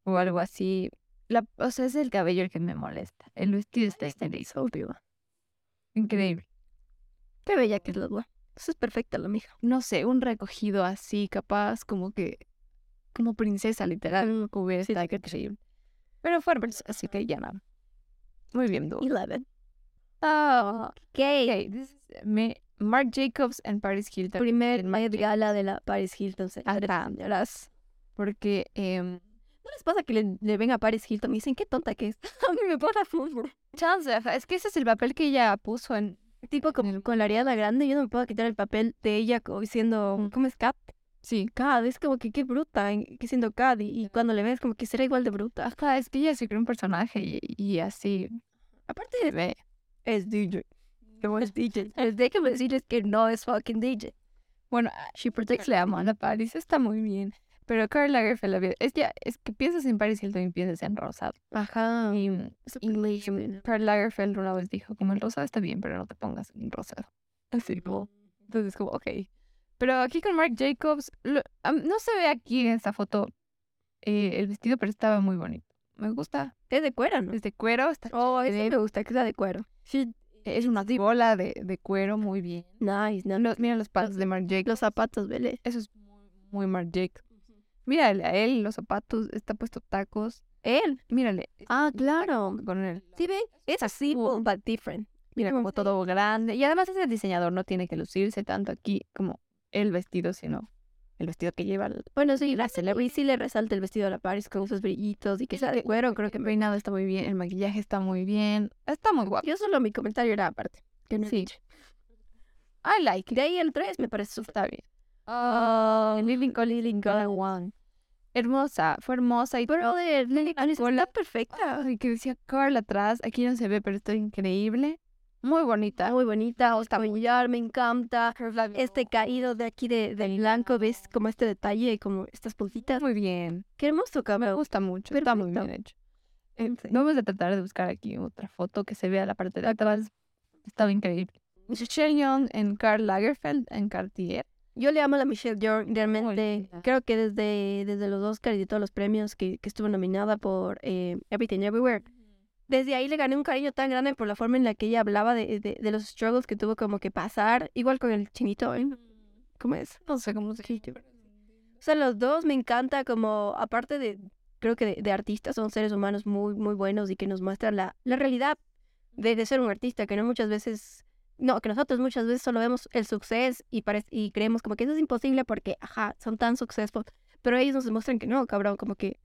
S2: o algo así. La, o sea, es el cabello el que me molesta. El vestido está
S1: Este
S2: esterizo, obvio. Increíble.
S1: Qué bella que es la duda. Eso es perfecto, la mija.
S2: No sé, un recogido así, capaz, como que. Como princesa, literal. lo que hubiera
S1: Sí,
S2: estado
S1: sí, sí.
S2: increíble. Pero fue Hermes, así que ya nada. Muy bien, Dulce.
S1: Eleven. Ah,
S2: Oh,
S1: Gay.
S2: okay, this is me, Marc Jacobs and Paris Hilton.
S1: Primer
S2: Marc
S1: eh, gala de la Paris Hilton. señores,
S2: Ajá.
S1: señoras.
S2: Porque em,
S1: ¿No les pasa que le, le ven a Paris Hilton y dicen qué tonta que es? a mí me pasa fútbol.
S2: Chance, ajá, es que ese es el papel que ella puso en.
S1: Tipo con,
S2: En el-
S1: con la Ariana Grande, yo no me puedo quitar el papel de ella co- siendo,
S2: Mm.
S1: ¿cómo es Cat?
S2: Sí.
S1: Cad, es como que qué bruta, en- que siendo Cad, y, y cuando le ves como que será igual de bruta.
S2: Ajá, es que ella se creó un personaje y, y así.
S1: Aparte
S2: se ve.
S1: es DJ. No es DJ. Déjenme decirles que no es fucking DJ.
S2: Bueno, a- She Protects le amo a la Paris, está muy bien. Pero Karl Lagerfeld, la vi- es que, es que piensas en Paris Hilton y piensas en rosado.
S1: Ajá.
S2: Y, mm,
S1: English.
S2: Karl Lagerfeld una vez dijo, como el rosado está bien, pero no te pongas en rosado. Así como, entonces como, ok. Pero aquí con Marc Jacobs, lo- am- no se ve aquí en esta foto eh, el vestido, pero estaba muy bonito. Me gusta,
S1: Es de cuero, ¿no?
S2: es de cuero, está
S1: Oh, ese me
S2: chévere,
S1: gusta, que sea de cuero. Sí.
S2: es una bola de, de cuero muy bien.
S1: Nice, no, no.
S2: Los, mira los palos de Marc Jacobs.
S1: Los zapatos, ¿vele?
S2: Eso es muy, muy Marc Jacobs. Mírale a él, los zapatos, está puesto tacos.
S1: Él.
S2: Mírale.
S1: Ah, claro.
S2: Con él.
S1: ¿Sí ven? Es así,
S2: Cool.
S1: but different.
S2: Mira
S1: Como
S2: como todo grande. Y además ese diseñador no tiene que lucirse tanto aquí como el vestido, sino el vestido que lleva. El
S1: Bueno, sí, gracias. Le, y sí le resalta el vestido a la Paris con sus brillitos y que sea de cuero, creo que... me-
S2: peinado está muy bien, el maquillaje está muy bien. Está muy guapo.
S1: Yo solo mi comentario era aparte. Que no he
S2: Sí.
S1: dicho. I like. it. De ahí el 3 me parece súper
S2: Está bien.
S1: Oh, Living con Living God One.
S2: Ah, Hermosa, fue hermosa. Y
S1: Brother, Lily Collins
S2: Hola.
S1: está perfecta.
S2: Ay, que decía Carl atrás. Aquí no se ve, pero está increíble. Muy
S1: Está
S2: bonita.
S1: muy bonita, está mullar, me encanta. Este caído de aquí de, del blanco, ¿ves? Como este detalle, como estas puntitas.
S2: Muy bien.
S1: Qué hermoso
S2: Me
S1: cabello.
S2: gusta mucho, está muy
S1: Perfecto.
S2: bien hecho. Eh, Vamos a tratar de buscar aquí otra foto que se vea la parte de atrás. Estaba increíble. Michelle Young en Karl Lagerfeld en Cartier.
S1: Yo le amo a la Michelle Jordan, realmente.
S2: linda.
S1: Creo que desde, desde los Oscars y de todos los premios que, que estuvo nominada por eh, Everything Everywhere. Desde ahí le gané un cariño tan grande por la forma en la que ella hablaba de, de, de los struggles que tuvo como que pasar. Igual con el chinito, ¿eh? ¿Cómo es?
S2: No sé cómo se
S1: O sea, los dos me encanta como, aparte de, creo que de, de artistas, son seres humanos muy, muy buenos y que nos muestran la, la realidad de, de ser un artista, que no muchas veces, no, que nosotros muchas veces solo vemos el suceso y, parece- y creemos como que eso es imposible porque, ajá, son tan successful, pero ellos nos muestran que no, cabrón, como que...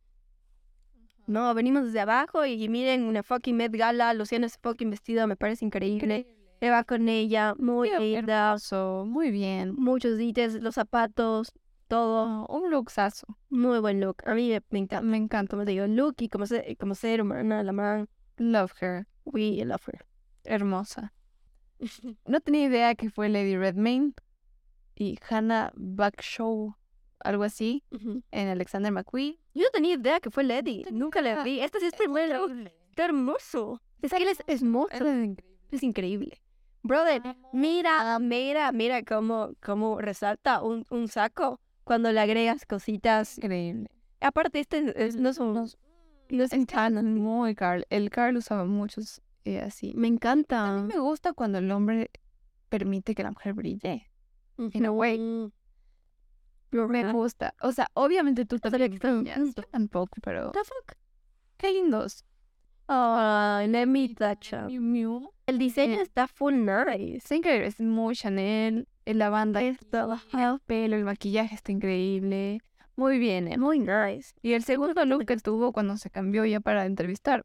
S1: No, venimos desde abajo y, y miren una fucking Met Gala, luciendo ese fucking vestido, me parece increíble. Le va con ella, muy
S2: Qué
S1: linda,
S2: hermoso, muy bien.
S1: muchos dites, los zapatos, todo.
S2: Oh, un luxazo.
S1: Muy buen look. A mí me, me encanta.
S2: Me encanta.
S1: Como te digo, look y como, se, como ser humana, la man,
S2: Love her.
S1: we love her.
S2: Hermosa. No tenía idea que fue Lady Redmayne y Hannah Backshaw, algo así,
S1: Ujú.
S2: en Alexander McQueen.
S1: Yo no tenía idea que fue Lady.
S2: No tenía
S1: Nunca la
S2: idea.
S1: vi. Este sí es primer look. Está hermoso. Es que él es, es hermoso. Es increíble. Brother, mira, mira, mira cómo, cómo resalta un, un saco cuando le agregas cositas.
S2: Increíble.
S1: Aparte, este es- no es un... No es un
S2: El Carl,
S1: tan...
S2: muy Carl. El Carl usaba muchos eh, así.
S1: Me encanta.
S2: Me gusta cuando el hombre permite que la mujer brille.
S1: In a way. You're
S2: Me
S1: right.
S2: gusta. O sea, obviamente tú
S1: sabía
S2: también
S1: que estaba en
S2: brillas.
S1: punto.
S2: Yo tampoco, pero...
S1: What the fuck?
S2: ¡Qué lindos!
S1: Ay, let me touch up.
S2: Miu Miu.
S1: El diseño
S2: Eh.
S1: está full nice.
S2: Está increíble. Es muy Chanel. eh, La banda.
S1: Esto,
S2: El pelo, el maquillaje está increíble. Muy bien, ¿eh?
S1: muy nice.
S2: Y el segundo look que tuvo cuando se cambió ya para entrevistar.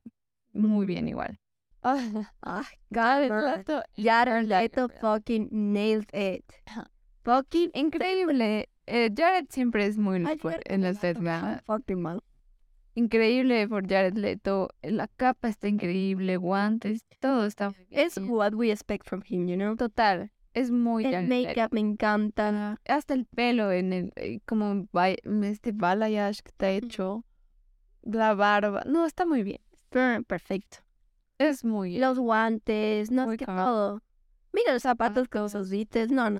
S2: Muy bien igual. Ah,
S1: Ah, God, girl. Jared Leto fucking nailed it.
S2: Fucking increíble. Eh, Jared siempre es muy fuerte en las
S1: Leto
S2: deadlines.
S1: Fucking mal.
S2: Increíble por Jared Leto. La capa está increíble, guantes, todo está.
S1: Es what we expect from him, you know?
S2: total. Es muy
S1: El
S2: Jared Leto.
S1: makeup me encanta.
S2: Hasta el pelo en el eh, como ba- este balayage que está hecho. La barba. No, está muy bien.
S1: Per- Perfecto.
S2: Es muy
S1: Los guantes, no
S2: Muy
S1: es que
S2: caro.
S1: todo. Mira los zapatos con sus dites. No, no.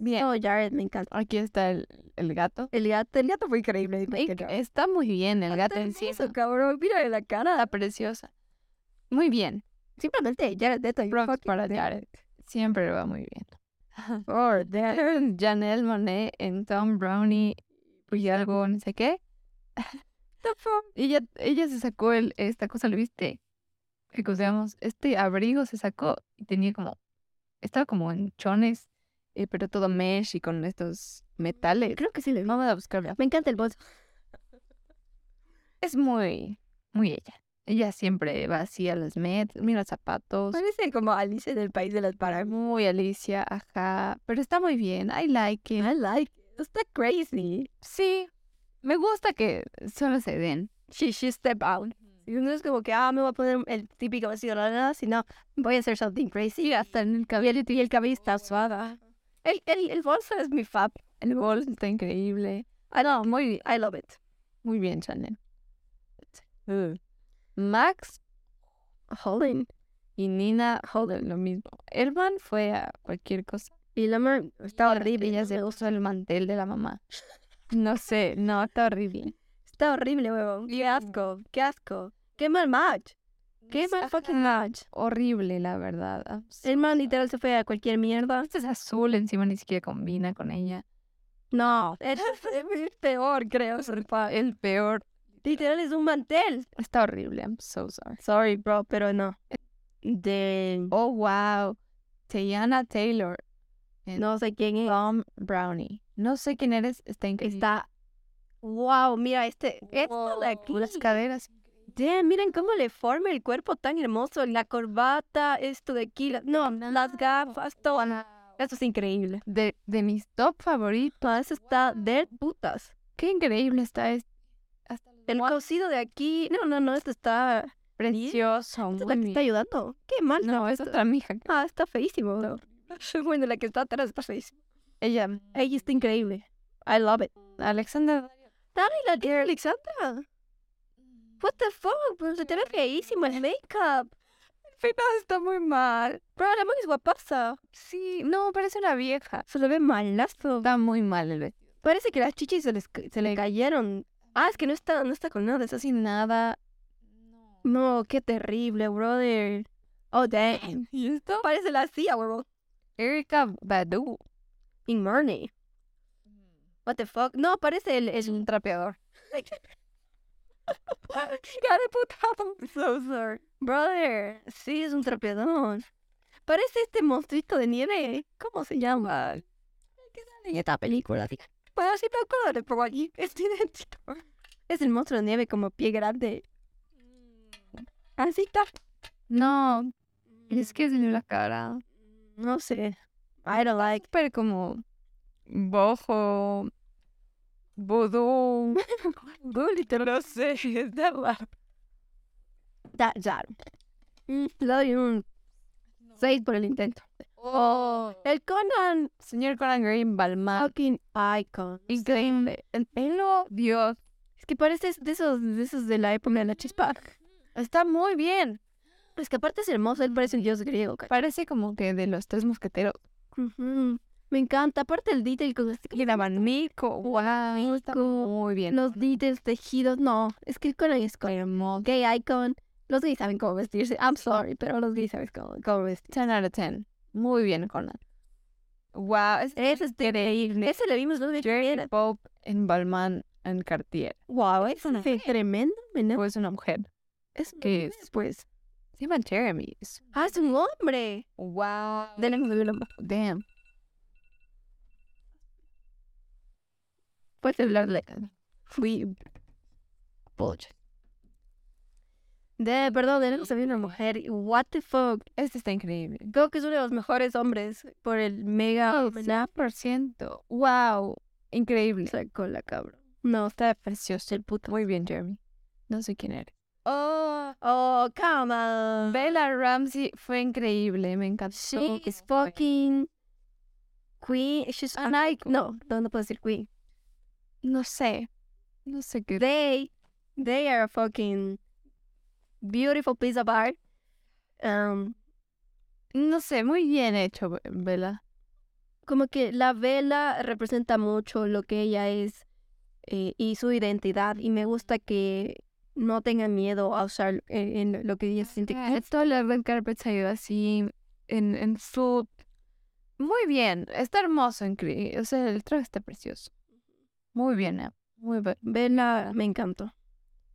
S2: Bien,
S1: Oh, Jared, me encanta.
S2: aquí está el, el gato.
S1: El gato, el gato fue increíble. dime que no.
S2: Está muy bien el gato en sí.
S1: hermoso, cabrón. Mira la cara.
S2: Está preciosa. Muy bien.
S1: Simplemente Jared Leto. you
S2: Props
S1: fucking
S2: para
S1: dick.
S2: Jared. Siempre va muy bien.
S1: Oh, damn.
S2: Janelle Monet en Tom Brownie y algo, no sé qué.
S1: The fuck?
S2: Ella, ella se sacó el, esta cosa, ¿lo viste? Que coseamos, este abrigo se sacó y tenía como, estaba como en chones, eh, pero todo mesh y con estos metales.
S1: Creo que sí le vi.
S2: Vamos a buscarla.
S1: Me encanta el bolso.
S2: Es muy, muy ella. Ella siempre va así a los met, mira los zapatos.
S1: Parece como Alice en el País de las Maravillas.
S2: Muy Alicia, ajá. Pero está muy bien, I like it.
S1: I like it. Está crazy.
S2: Sí, me gusta que solo se den.
S1: She, she step out. Y no es como que, ah, me voy a poner el típico vestido de la nada, sino voy a hacer something crazy. Hasta en el cabello y el cabello está suave. El, el, el bolso es mi fab.
S2: El bol está increíble. Ah,
S1: I know, muy, I love it.
S2: Muy bien, Chanel. Max
S1: Holden.
S2: y Nina Holden, lo mismo. Elman fue a cualquier cosa.
S1: Y Lamar está horrible.
S2: Ella se usó el mantel de la mamá. No sé, no, está horrible.
S1: Está horrible, huevón. Qué asco, qué asco. Qué mal match. Qué mal
S2: Ajá.
S1: fucking match.
S2: Horrible, la verdad. I'm so
S1: El man
S2: sorry.
S1: literal se fue a cualquier mierda.
S2: Este es azul, encima ni siquiera combina con ella.
S1: No, es, es peor, creo. zarpa.
S2: El peor.
S1: Literal es un mantel.
S2: Está horrible, I'm so sorry.
S1: Sorry, bro, pero no. De.
S2: Oh, wow. Tiana Taylor.
S1: No sé quién es.
S2: Tom Brownie. No sé quién eres, está increíble.
S1: Está. Wow, mira este. Esto de aquí.
S2: Las caderas.
S1: Damn, miren cómo le forma el cuerpo tan hermoso. La corbata, esto de aquí. la- No, las gafas, todo. Esto es increíble.
S2: De, de mis top favoritos.
S1: Todo eso está de putas.
S2: Qué increíble está este. esto.
S1: El cocido de aquí. No, no, no, esto está. Esto
S2: Precioso.
S1: es
S2: muy
S1: la que
S2: bien.
S1: está ayudando. Qué mal.
S2: No, es otra mija.
S1: Ah, está feísimo. bro. Bueno, la que está atrás está feísima.
S2: Ella,
S1: Ella está increíble. I love it.
S2: Alexander.
S1: Dale la de Alexandra. What the fuck, bro? Se te ve feísimo el makeup.
S2: Fina está muy mal.
S1: Bro, la man es guapaza.
S2: Sí, no, parece una vieja.
S1: Se lo ve malazo.
S2: Está muy mal el vestido.
S1: Parece que las chichis se, les ca- se le cayeron. Ah, es que no está, no está con nada, está sin nada. No, qué terrible, brother. Oh, damn.
S2: ¿Y esto?
S1: Parece la CIA, huevón.
S2: Erika Badu.
S1: In Marnie. What the fuck? No, parece el, el
S2: Un trapeador.
S1: Cara de putado. So sorry. Brother, sí, es un trapeador. Parece este monstruito de nieve. ¿Cómo se llama? El que sale en esta película. sí. Bueno, sí me acuerdo de por aquí. Es idéntico. Es el monstruo de nieve como pie grande. Mm. Así está. Mm.
S2: No, es que se le ve la cara.
S1: No sé. I don't like.
S2: Pero como. Bojo. Vudú. Vudú, literal. No sé, está raro.
S1: that raro. Mm, Le doy un 6 por el intento.
S2: Oh.
S1: El Conan
S2: Señor Conan Gray embalmado.
S1: fucking icon.
S2: Increíble. El pelo, Dios.
S1: Es que parece de esos, de esos de la época de la chispa.
S2: Está muy bien.
S1: Es que aparte es hermoso, él parece un dios griego. ca-
S2: Parece como que de los tres mosqueteros.
S1: Ujú. Me encanta, aparte el detail con este-
S2: Y el abanico. Wow. Está muy bien.
S1: los details tejidos. No, es que el Conan es Conan.
S2: Hermoso.
S1: Gay icon. Los gays saben cómo vestirse. I'm sorry, pero los gays saben cómo, cómo vestirse.
S2: 10 out of 10. Muy bien, Conan. Wow. Es
S1: Ese es increíble. Ese le vimos los
S2: Jerry
S1: de
S2: Pope en Balmain en Cartier.
S1: Wow, es una tremendo. ¿no?
S2: Pues una mujer.
S1: Es un
S2: ¿Qué
S1: hombre,
S2: es?
S1: Pues.
S2: Se llama Jeremy. Es-
S1: Ah, es un hombre.
S2: Wow.
S1: Denle mi biblioteca.
S2: Damn.
S1: Puedes hablarle. Fui.
S2: Bullshit.
S1: De, perdón, de se vio una mujer. y What the fuck.
S2: Este está increíble.
S1: Creo que es uno de los mejores hombres por el mega homenaje.
S2: 100%. Wow. Increíble.
S1: Sacó la cabra. No, está
S2: Precioso el puto. Muy bien, Jeremy. No sé quién eres. Oh.
S1: Oh, come on.
S2: Bella Ramsey fue increíble. Me encantó.
S1: She is fucking queen. She's an icon. No, no, no puedo decir queen.
S2: No sé. No sé qué.
S1: They, they are a fucking beautiful piece of art. Um,
S2: No sé. Muy bien hecho, Be- Bella.
S1: como que la vela representa mucho lo que ella es eh, y su identidad y me gusta que no tenga miedo a usar eh, en lo que ella siente. que
S2: Ah,
S1: es.
S2: Toda la red carpet se ha ido así en, en su... Muy bien, está hermoso en Cree. O sea, el traje está precioso. Muy bien, Em, muy bien.
S1: Vela me encantó.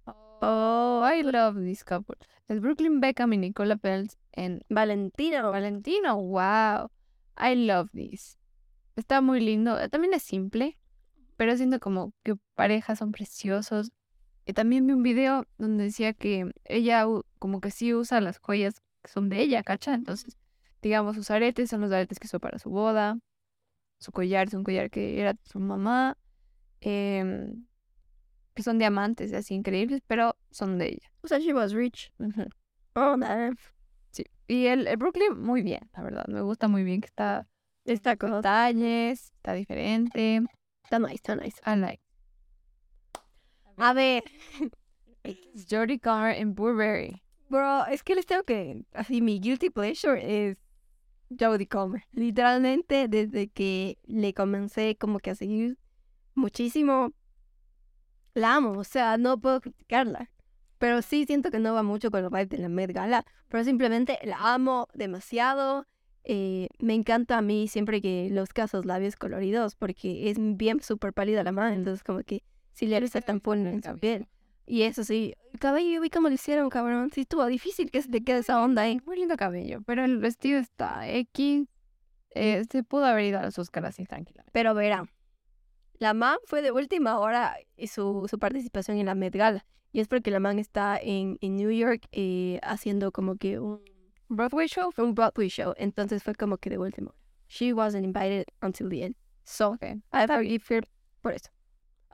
S2: Oh, I love this couple. Es Brooklyn Beckham y Nicola Peltz en
S1: Valentina.
S2: Valentino. Wow, I love this. Está muy lindo. Eh, También es simple, pero siento como que parejas son preciosos. Y también vi un video donde decía que ella u- como que sí usa las joyas que son de ella, ¿cacha? Entonces, digamos, sus aretes son los aretes que usó para su boda. Su collar es un collar que era de su mamá. em, que son diamantes así increíbles, pero son de ella.
S1: O sea, she was rich.
S2: Ujú.
S1: Oh, man.
S2: Sí. Y el, el Brooklyn, muy bien, la verdad. Me gusta muy bien que está
S1: Está con... Está,
S2: detalles, está diferente.
S1: nice, está nice.
S2: I like.
S1: A ver,
S2: It's Jordi Carr en Burberry.
S1: bro, es que les tengo que... Así, mi guilty pleasure es Jodie Comer. Literalmente, desde que le comencé como que a seguir muchísimo, la amo. O sea, no puedo criticarla. Pero sí siento que no va mucho con el vibe de la Met Gala. Pero simplemente la amo demasiado. Eh, me encanta a mí siempre que los casos labios coloridos, porque es bien súper pálida la mano. Entonces, como que si le haces tan full en su piel. Y eso sí, el cabello yo vi cómo lo hicieron, cabrón. Sí, estuvo difícil que se te quede esa onda eh. ahí.
S2: eh, Muy lindo cabello, pero el vestido está X. Eh, se pudo haber ido a los Oscars así tranquilamente.
S1: Pero verán, la man fue de última hora y su, su participación en la Met Gala. Y es porque la man está en, en New York eh, haciendo como que un,
S2: Broadway show.
S1: un Broadway show. Entonces fue como que de última hora. She wasn't invited until the end. So,
S2: Okay.
S1: I have to give her por eso.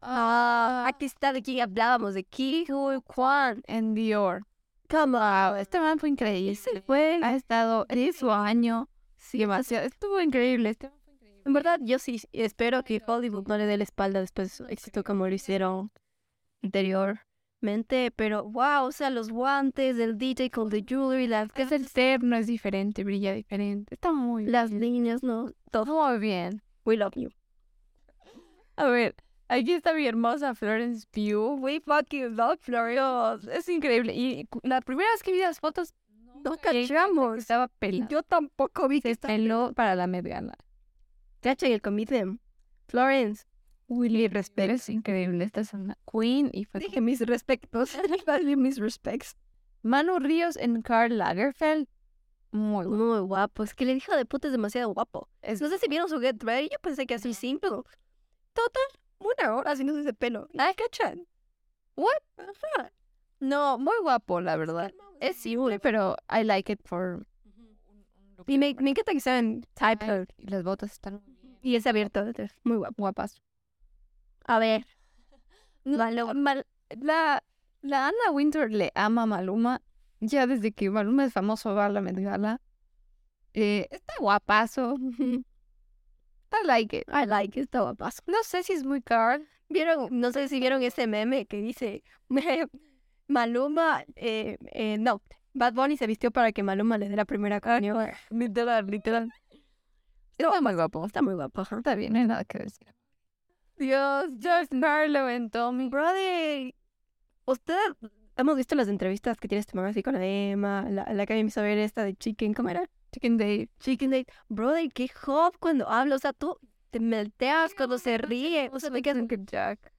S1: Ah, aquí está de quién hablábamos, de Ki Hui Kwan.
S2: En Dior.
S1: Come
S2: Wow,
S1: on.
S2: este man fue increíble.
S1: Se fue.
S2: Ha estado en su año. Sí, demasiado. Estuvo increíble. Este man fue increíble.
S1: En verdad, yo sí espero que Hollywood no le dé la espalda después de su éxito como lo hicieron anteriormente, pero wow, o sea, los guantes, el DJ con the jewelry, las,
S2: Es el terno, es diferente, brilla diferente. Está muy
S1: las líneas, no, todo.
S2: Muy bien.
S1: We love you.
S2: A ver, aquí está mi hermosa Florence Pugh. We fucking love Florence. Es increíble. Y cu- la primera vez que vi las fotos,
S1: No
S2: creí que
S1: cachamos.
S2: estaba pelada.
S1: Yo tampoco vi que
S2: Se
S1: está.
S2: peló para la mediana.
S1: Cachen el commitment. Florence,
S2: Willy, respeto. Es increíble. Esta es una queen y fue
S1: dije mis respetos. Dije mis respects.
S2: Manu Ríos en Karl Lagerfeld. Muy guapo.
S1: Muy guapo, es que el hijo de puta es demasiado guapo.
S2: Es-
S1: No sé si vieron su Get Ready, yo pensé que así simple. Total, una hora sin ese pelo. Ay, Ah, cachan.
S2: What?
S1: Ajá.
S2: No, muy guapo, la verdad. Es simple, pero I like it for...
S1: Y me, me encanta que sean type her.
S2: Y las botas están muy bien.
S1: Y es abierto detrás. Muy guapo.
S2: guapas.
S1: A ver.
S2: No,
S1: Malo.
S2: Mal- la, la Anna Winter le ama a Maluma. Ya desde que Maluma es famoso va a la Met Gala. Eh, está guapazo. I like it.
S1: I like it, está guapazo.
S2: No sé si es muy Carl.
S1: Vieron, no sé si vieron ese meme que dice Maluma, eh, eh, no, Bad Bunny se vistió para que Maluma le dé la primera comunión.
S2: Literal, literal. Está muy guapo.
S1: Está muy guapo, ajá.
S2: Está bien, no hay nada que decir. Dios, George Marlowe en Tommy.
S1: Brother, usted hemos visto las entrevistas que tiene este man así con la Emma, la, la que me hizo ver esta de Chicken, ¿cómo era?
S2: Chicken Day.
S1: Chicken Date. Brother, qué hot cuando habla, o sea, tú te melteas cuando se ríe, o sea, me quedas,
S2: Uncle Jack.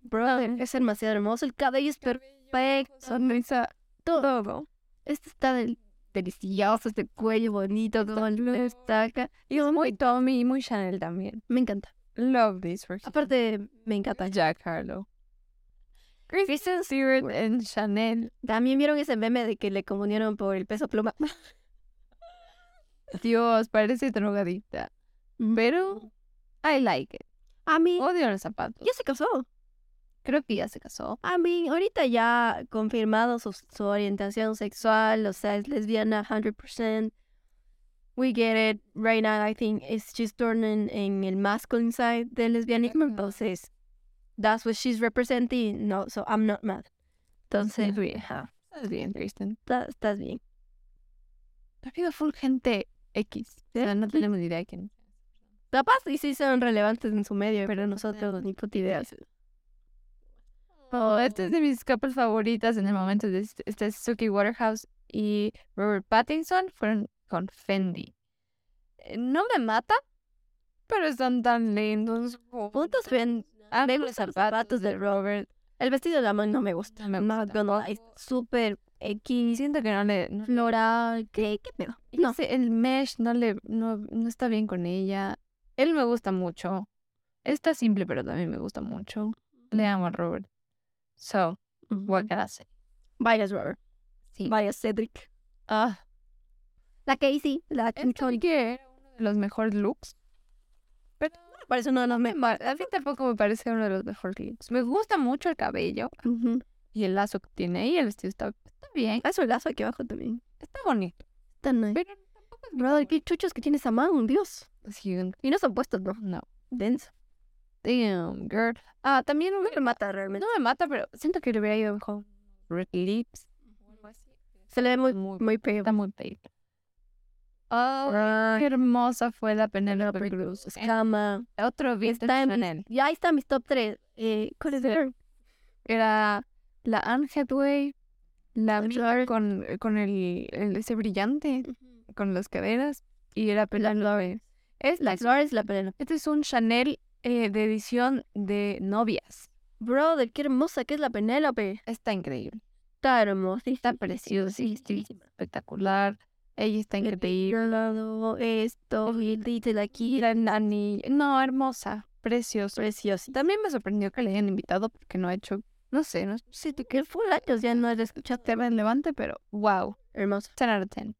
S1: brother, es demasiado hermoso, el cabello es perfecto,
S2: Sonrisa. Todo.
S1: este está del- delicioso, este cuello bonito, todo el está acá,
S2: Y es muy Tommy y muy Chanel también.
S1: me encanta.
S2: Love this for him.
S1: Aparte, me encanta.
S2: Jack Harlow. Kristen Stewart en Chanel.
S1: También vieron ese meme de que le comunieron por el peso pluma.
S2: Dios, parece drogadita. Pero I like it.
S1: A mí,
S2: Odio los zapatos.
S1: Oh, ya se casó.
S2: Creo que ya se casó.
S1: A mí, ahorita ya confirmado su, su orientación sexual, o sea, es lesbiana 100%. We get it. Right now, I think it's she's turning en el masculine side del lesbianismo,
S2: Ajá.
S1: entonces, that's what she's representing. No, so I'm not mad. Entonces,
S2: Está bien.
S1: ajá,
S2: Estás bien, Kristen.
S1: está- estás bien.
S2: Ha habido full gente X. O sea, no tenemos ni idea de quién.
S1: Capaz y sí son relevantes en su medio, pero nosotros ni puta idea.
S2: Oh, esta
S1: "Mm".
S2: es de mis capas favoritas en el momento. de este- Esta es Suki Waterhouse y Robert Pattinson fueron con Fendi. Eh, No me mata, pero están tan lindos.
S1: Puntos bien.
S2: Ah,
S1: Me gustan los zapatos de Robert. El vestido de la man no me gusta.
S2: No me
S1: No,
S2: gusta
S1: no, no, es súper
S2: Y
S1: X,
S2: siento que no le... No,
S1: floral, ¿qué, qué pedo?
S2: no sé, el mesh no le... No, no está bien con ella. Él me gusta mucho. Está simple, pero también me gusta mucho. Le amo a Robert. So, what can I say?
S1: Varias Robert,
S2: Sí.
S1: varias Cedric.
S2: Ah,
S1: La Casey, la
S2: es
S1: Chuncholi.
S2: que era uno de los mejores looks.
S1: Parece uno de los
S2: me
S1: memes.
S2: mar- A mí tampoco me parece uno de los mejores looks. Me gusta mucho el cabello y el lazo que tiene y el vestido está, está bien,
S1: Eso el lazo aquí abajo también.
S2: está bonito.
S1: Tan nice.
S2: Pero tampoco es mi
S1: Brother, qué chuchos que tiene esa man, Dios.
S2: favorito. Sí,
S1: Y no son puestos, ¿no?
S2: no.
S1: Denso.
S2: Damn, girl. Ah, también
S1: No me
S2: hubiera-
S1: mata realmente.
S2: no me mata, pero siento que le hubiera ido mejor. Red lips.
S1: Se le ve muy,
S2: Muy-
S1: muy pale.
S2: Está muy pale. Oh,
S1: Ah,
S2: qué hermosa fue la Penélope Cruz.
S1: Escama.
S2: Otro vintage
S1: Está en-
S2: Chanel.
S1: Y ahí están mis top 3. Eh, ¿Cuál es el?
S2: Era la Anne Hathaway, la
S1: Anne
S2: Mirror con, con el, el- ese brillante, con las caderas, y era Penélope. Es la
S1: La Flores, la plena.
S2: Este es un Chanel eh, de edición de novias.
S1: Brother, qué hermosa que es la Penélope.
S2: Está increíble.
S1: Está hermosa.
S2: Está preciosa, y está espectacular. Ella está increíble.
S1: Lado, esto, y el detail aquí.
S2: La Nani. No, hermosa. Preciosa.
S1: Preciosa.
S2: También me sorprendió que le hayan invitado porque no ha hecho, no sé, no
S1: Sí, tú que full años ya no la
S2: es
S1: escuchaste.
S2: tema relevante, pero wow.
S1: Hermosa.
S2: 10 out of 10.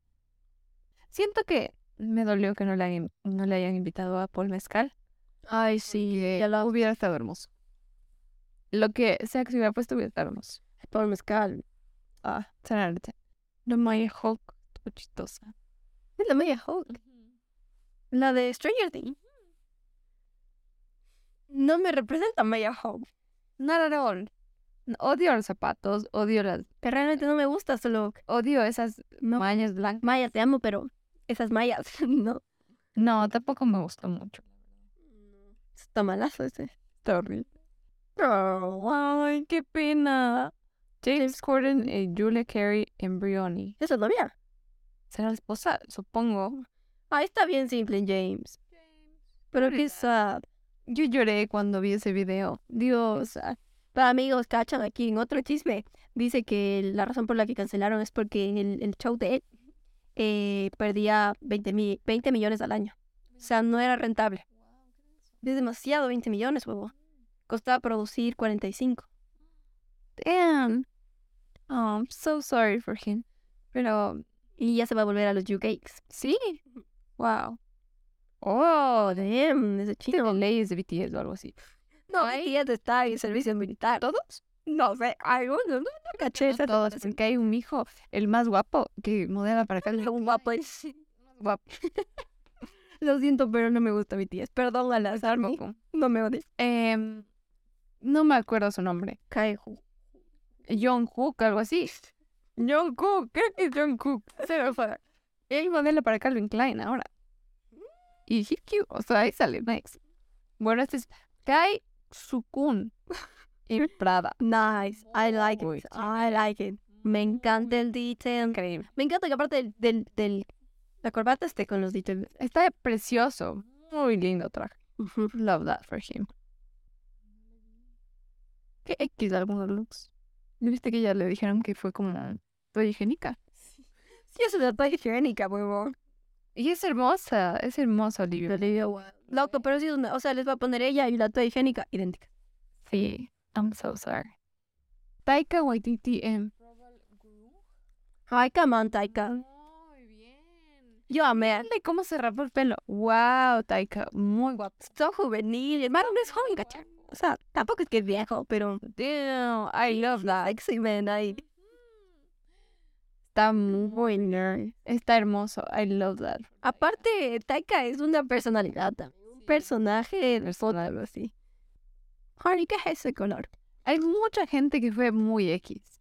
S2: Siento que me dolió que no le, hayan- no le hayan invitado a Paul Mezcal.
S1: Ay, sí.
S2: eh,
S1: Ya lo
S2: hubiera estado hermoso. Lo que sea que se hubiera puesto hubiera estado hermoso.
S1: Por mezcal.
S2: Ah, 10 out of 10. No Maya Hulk, tu chistosa.
S1: Es la media Hulk. La de Stranger Things. No me representa Maya Hulk.
S2: Not at all. Odio los zapatos, odio las,
S1: Que realmente no me gusta su look.
S2: odio esas mallas blancas.
S1: Maya, te amo, pero esas mayas, no.
S2: No, tampoco me gusta mucho.
S1: Está malazo ese.
S2: Está horrible. Ay, qué pena. James Corden, eh, Julia Carey, Embrioni.
S1: Esa es novia.
S2: ¿Será la esposa? Supongo.
S1: Ah, está bien simple, James. Pero qué sad.
S2: Yo lloré cuando vi ese video. Dios. ah,
S1: Para amigos, cachan aquí en otro chisme. Dice que la razón por la que cancelaron es porque en el, el show de él eh, perdía 20, mi- 20 millones al año. O sea, no era rentable. Es demasiado 20 millones, huevo. Costaba producir 45.
S2: Damn. Oh, I'm so sorry for him. Pero
S1: Y ya se va a volver a los UKs.
S2: sí. Wow. Oh, de
S1: Damn, ese chino.
S2: leyes de BTS o algo así.
S1: No, ella está en servicio militar.
S2: ¿Todos?
S1: No sé, algunos no, no caché esa
S2: Todos. Es que hay un hijo, el más guapo, que modela para acá.
S1: un guapo.
S2: guapo.
S1: Lo siento, pero no me gusta mi tía. Perdón al azar, no,
S2: Tampoco.
S1: no me odies.
S2: Em, no me acuerdo su nombre.
S1: Kaiju.
S2: John Cook, algo así. John Cook, creo que es John Cook. Se me fue. Él modela para Calvin Klein ahora. Y HQ, o sea, ahí sale Next. Bueno, este es Kai Sukun en Prada.
S1: Nice, I like
S2: Uy,
S1: it.
S2: sí.
S1: I like it. Me encanta el detail.
S2: Increíble.
S1: Me encanta que aparte del, del, del- la corbata esté con los details.
S2: Está precioso. Muy lindo traje.
S1: Ujú.
S2: Love that for him. ¿Qué X de algunos looks? ¿No viste que ya le dijeron que fue como una toalla higiénica?
S1: Sí, es una toalla higiénica, huevón.
S2: Y es hermosa, es hermosa, Olivia.
S1: Loco, pero sí es una, o sea, les va a poner ella y la toalla higiénica idéntica.
S2: Sí, I'm so sorry. Taika Waititi en
S1: Ay, come on, Taika.
S2: Muy bien.
S1: Yo amé. a-
S2: Dale cómo se rapó el pelo. Wow, Taika, muy guapo.
S1: So juvenil. El Maron es joven, ¿cachai? O sea, tampoco es que es viejo, pero.
S2: Damn, I love that.
S1: Like, sí, man, ahí.
S2: Está muy nerd. Está hermoso. I love that.
S1: Aparte, Taika es una personalidad también. Un personaje de foto, algo así. Harry, ¿qué es ese color?
S2: Hay mucha gente que fue muy X.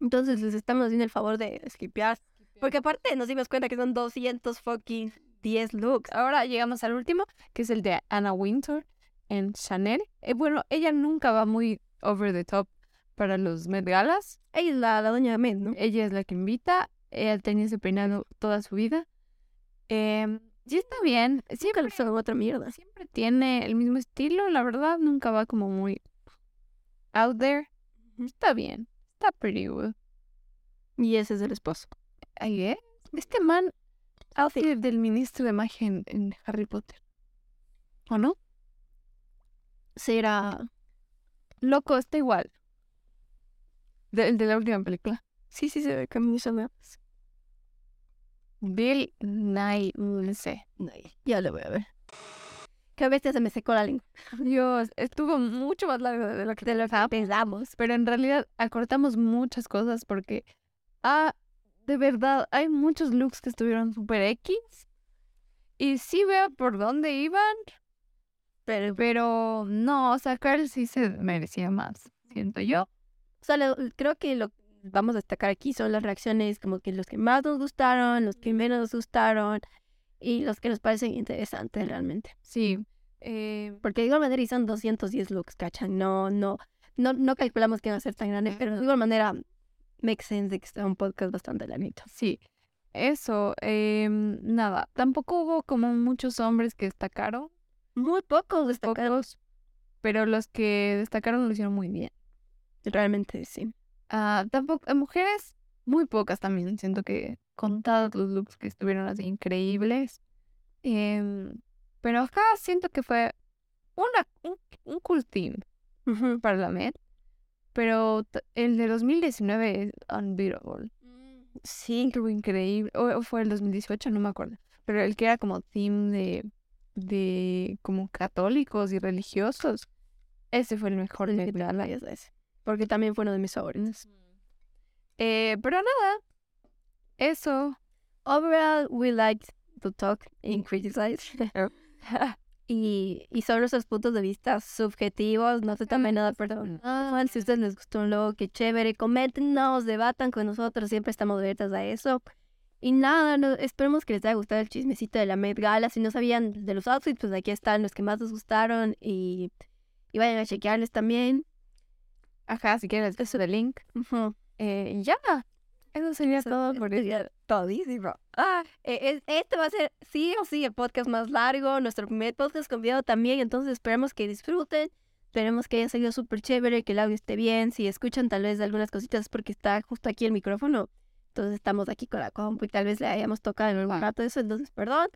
S1: Entonces les estamos haciendo el favor de skipear. Porque aparte nos dimos cuenta que son 200 fucking 10 looks.
S2: Ahora llegamos al último, que es el de Anna Wintour en Chanel. Eh, bueno, ella nunca va muy over the top para los Met Galas.
S1: Ella es la, la doña Med, ¿no?
S2: Ella es la que invita. Ella tenía ese peinado toda su vida. Eh, y está bien. Siempre,
S1: Son otra mierda.
S2: siempre tiene el mismo estilo, la verdad. Nunca va como muy out there.
S1: Ujú.
S2: Está bien. Está pretty good.
S1: Y ese es el esposo.
S2: I guess. Este man
S1: Outfit.
S2: es del ministro de magia en, en Harry Potter. ¿O no?
S1: Será.
S2: Loco, está igual. De- El de la última película.
S1: Sí, sí, se ve camisa ¿no?
S2: Bill Nye, no sé.
S1: No, ya lo voy a ver. Qué bestia se me secó la lengua.
S2: Dios, estuvo mucho más largo de lo que te lo
S1: Pensamos.
S2: pero en realidad acortamos muchas cosas porque, ah, de verdad, hay muchos looks que estuvieron super X. Y sí veo por dónde iban,
S1: Pero,
S2: pero no, o sea, Carl sí se merecía más, siento yo.
S1: o sea, lo- creo que lo que vamos a destacar aquí son las reacciones, como que los que más nos gustaron, los que menos nos gustaron y los que nos parecen interesantes realmente.
S2: Sí. eh,
S1: Porque de igual manera y son 210 looks, ¿cachan? No, no, no, no calculamos que van a ser tan grandes, pero de igual manera makes sense de que sea un podcast bastante larguito.
S2: sí, eso, em, nada, tampoco hubo como muchos hombres que destacaron.
S1: Muy pocos destacados.
S2: pocos, pero los que destacaron lo hicieron muy bien.
S1: Realmente sí.
S2: Ah, tampoco, eh, mujeres, muy pocas también. Siento que contados los looks que estuvieron así increíbles. Em, pero acá siento que fue una, un, un cool team para la Met. Pero t- el de 2019 es unbeatable.
S1: Sí,
S2: Estuvo increíble. O, o fue el 2018, no me acuerdo. Pero el que era como team de, de como católicos y religiosos. Ese fue el mejor Met Gala.
S1: ya sabes. Porque también fue uno de mis favoritos.
S2: Eh, pero nada, eso.
S1: Overall, we liked to talk and criticize. y, y son nuestros puntos de vista subjetivos. No se tomen nada, perdón. Si a ustedes les gustó un logo, qué chévere. Coméntenos, debatan con nosotros. Siempre estamos abiertas a eso. Y nada, no- esperemos que les haya gustado el chismecito de la Met Gala. Si no sabían de los outfits, pues aquí están los que más les gustaron. Y, y vayan a chequearles también.
S2: Ajá, si quieres, eso del link.
S1: Ujú.
S2: Eh, y ya, eso sería
S1: Eso
S2: todo por hoy.
S1: sería Todísimo. Ah, eh, es- este va a ser sí o sí el podcast más largo, nuestro primer podcast con video también, entonces esperemos que disfruten, esperemos que haya salido súper chévere, que el audio esté bien, si escuchan tal vez algunas cositas porque está justo aquí el micrófono, entonces estamos aquí con la compu y tal vez le hayamos tocado en algún
S2: Ah.
S1: rato eso, entonces perdón.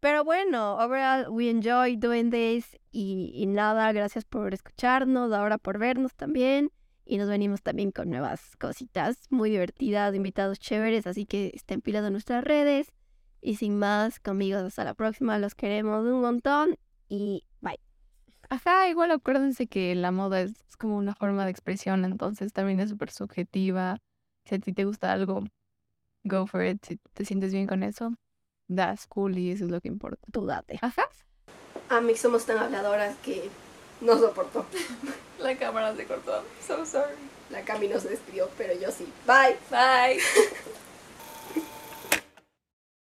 S1: Pero bueno, overall we enjoy doing this y, y nada, gracias por escucharnos, ahora por vernos también. Y nos venimos también con nuevas cositas muy divertidas, invitados chéveres, así que estén pilas de nuestras redes. Y sin más, conmigo hasta la próxima, los queremos un montón y bye.
S2: Ajá, igual acuérdense que la moda es, es como una forma de expresión, entonces también es súper subjetiva. Si a ti te gusta algo, go for it. Si te sientes bien con eso, that's cool y eso es lo que importa.
S1: Tú date.
S2: Ajá.
S1: A mí somos tan habladoras que no soportó.
S2: La cámara se cortó. So sorry.
S1: La Cami nos despidió, pero yo sí. Bye.
S2: Bye.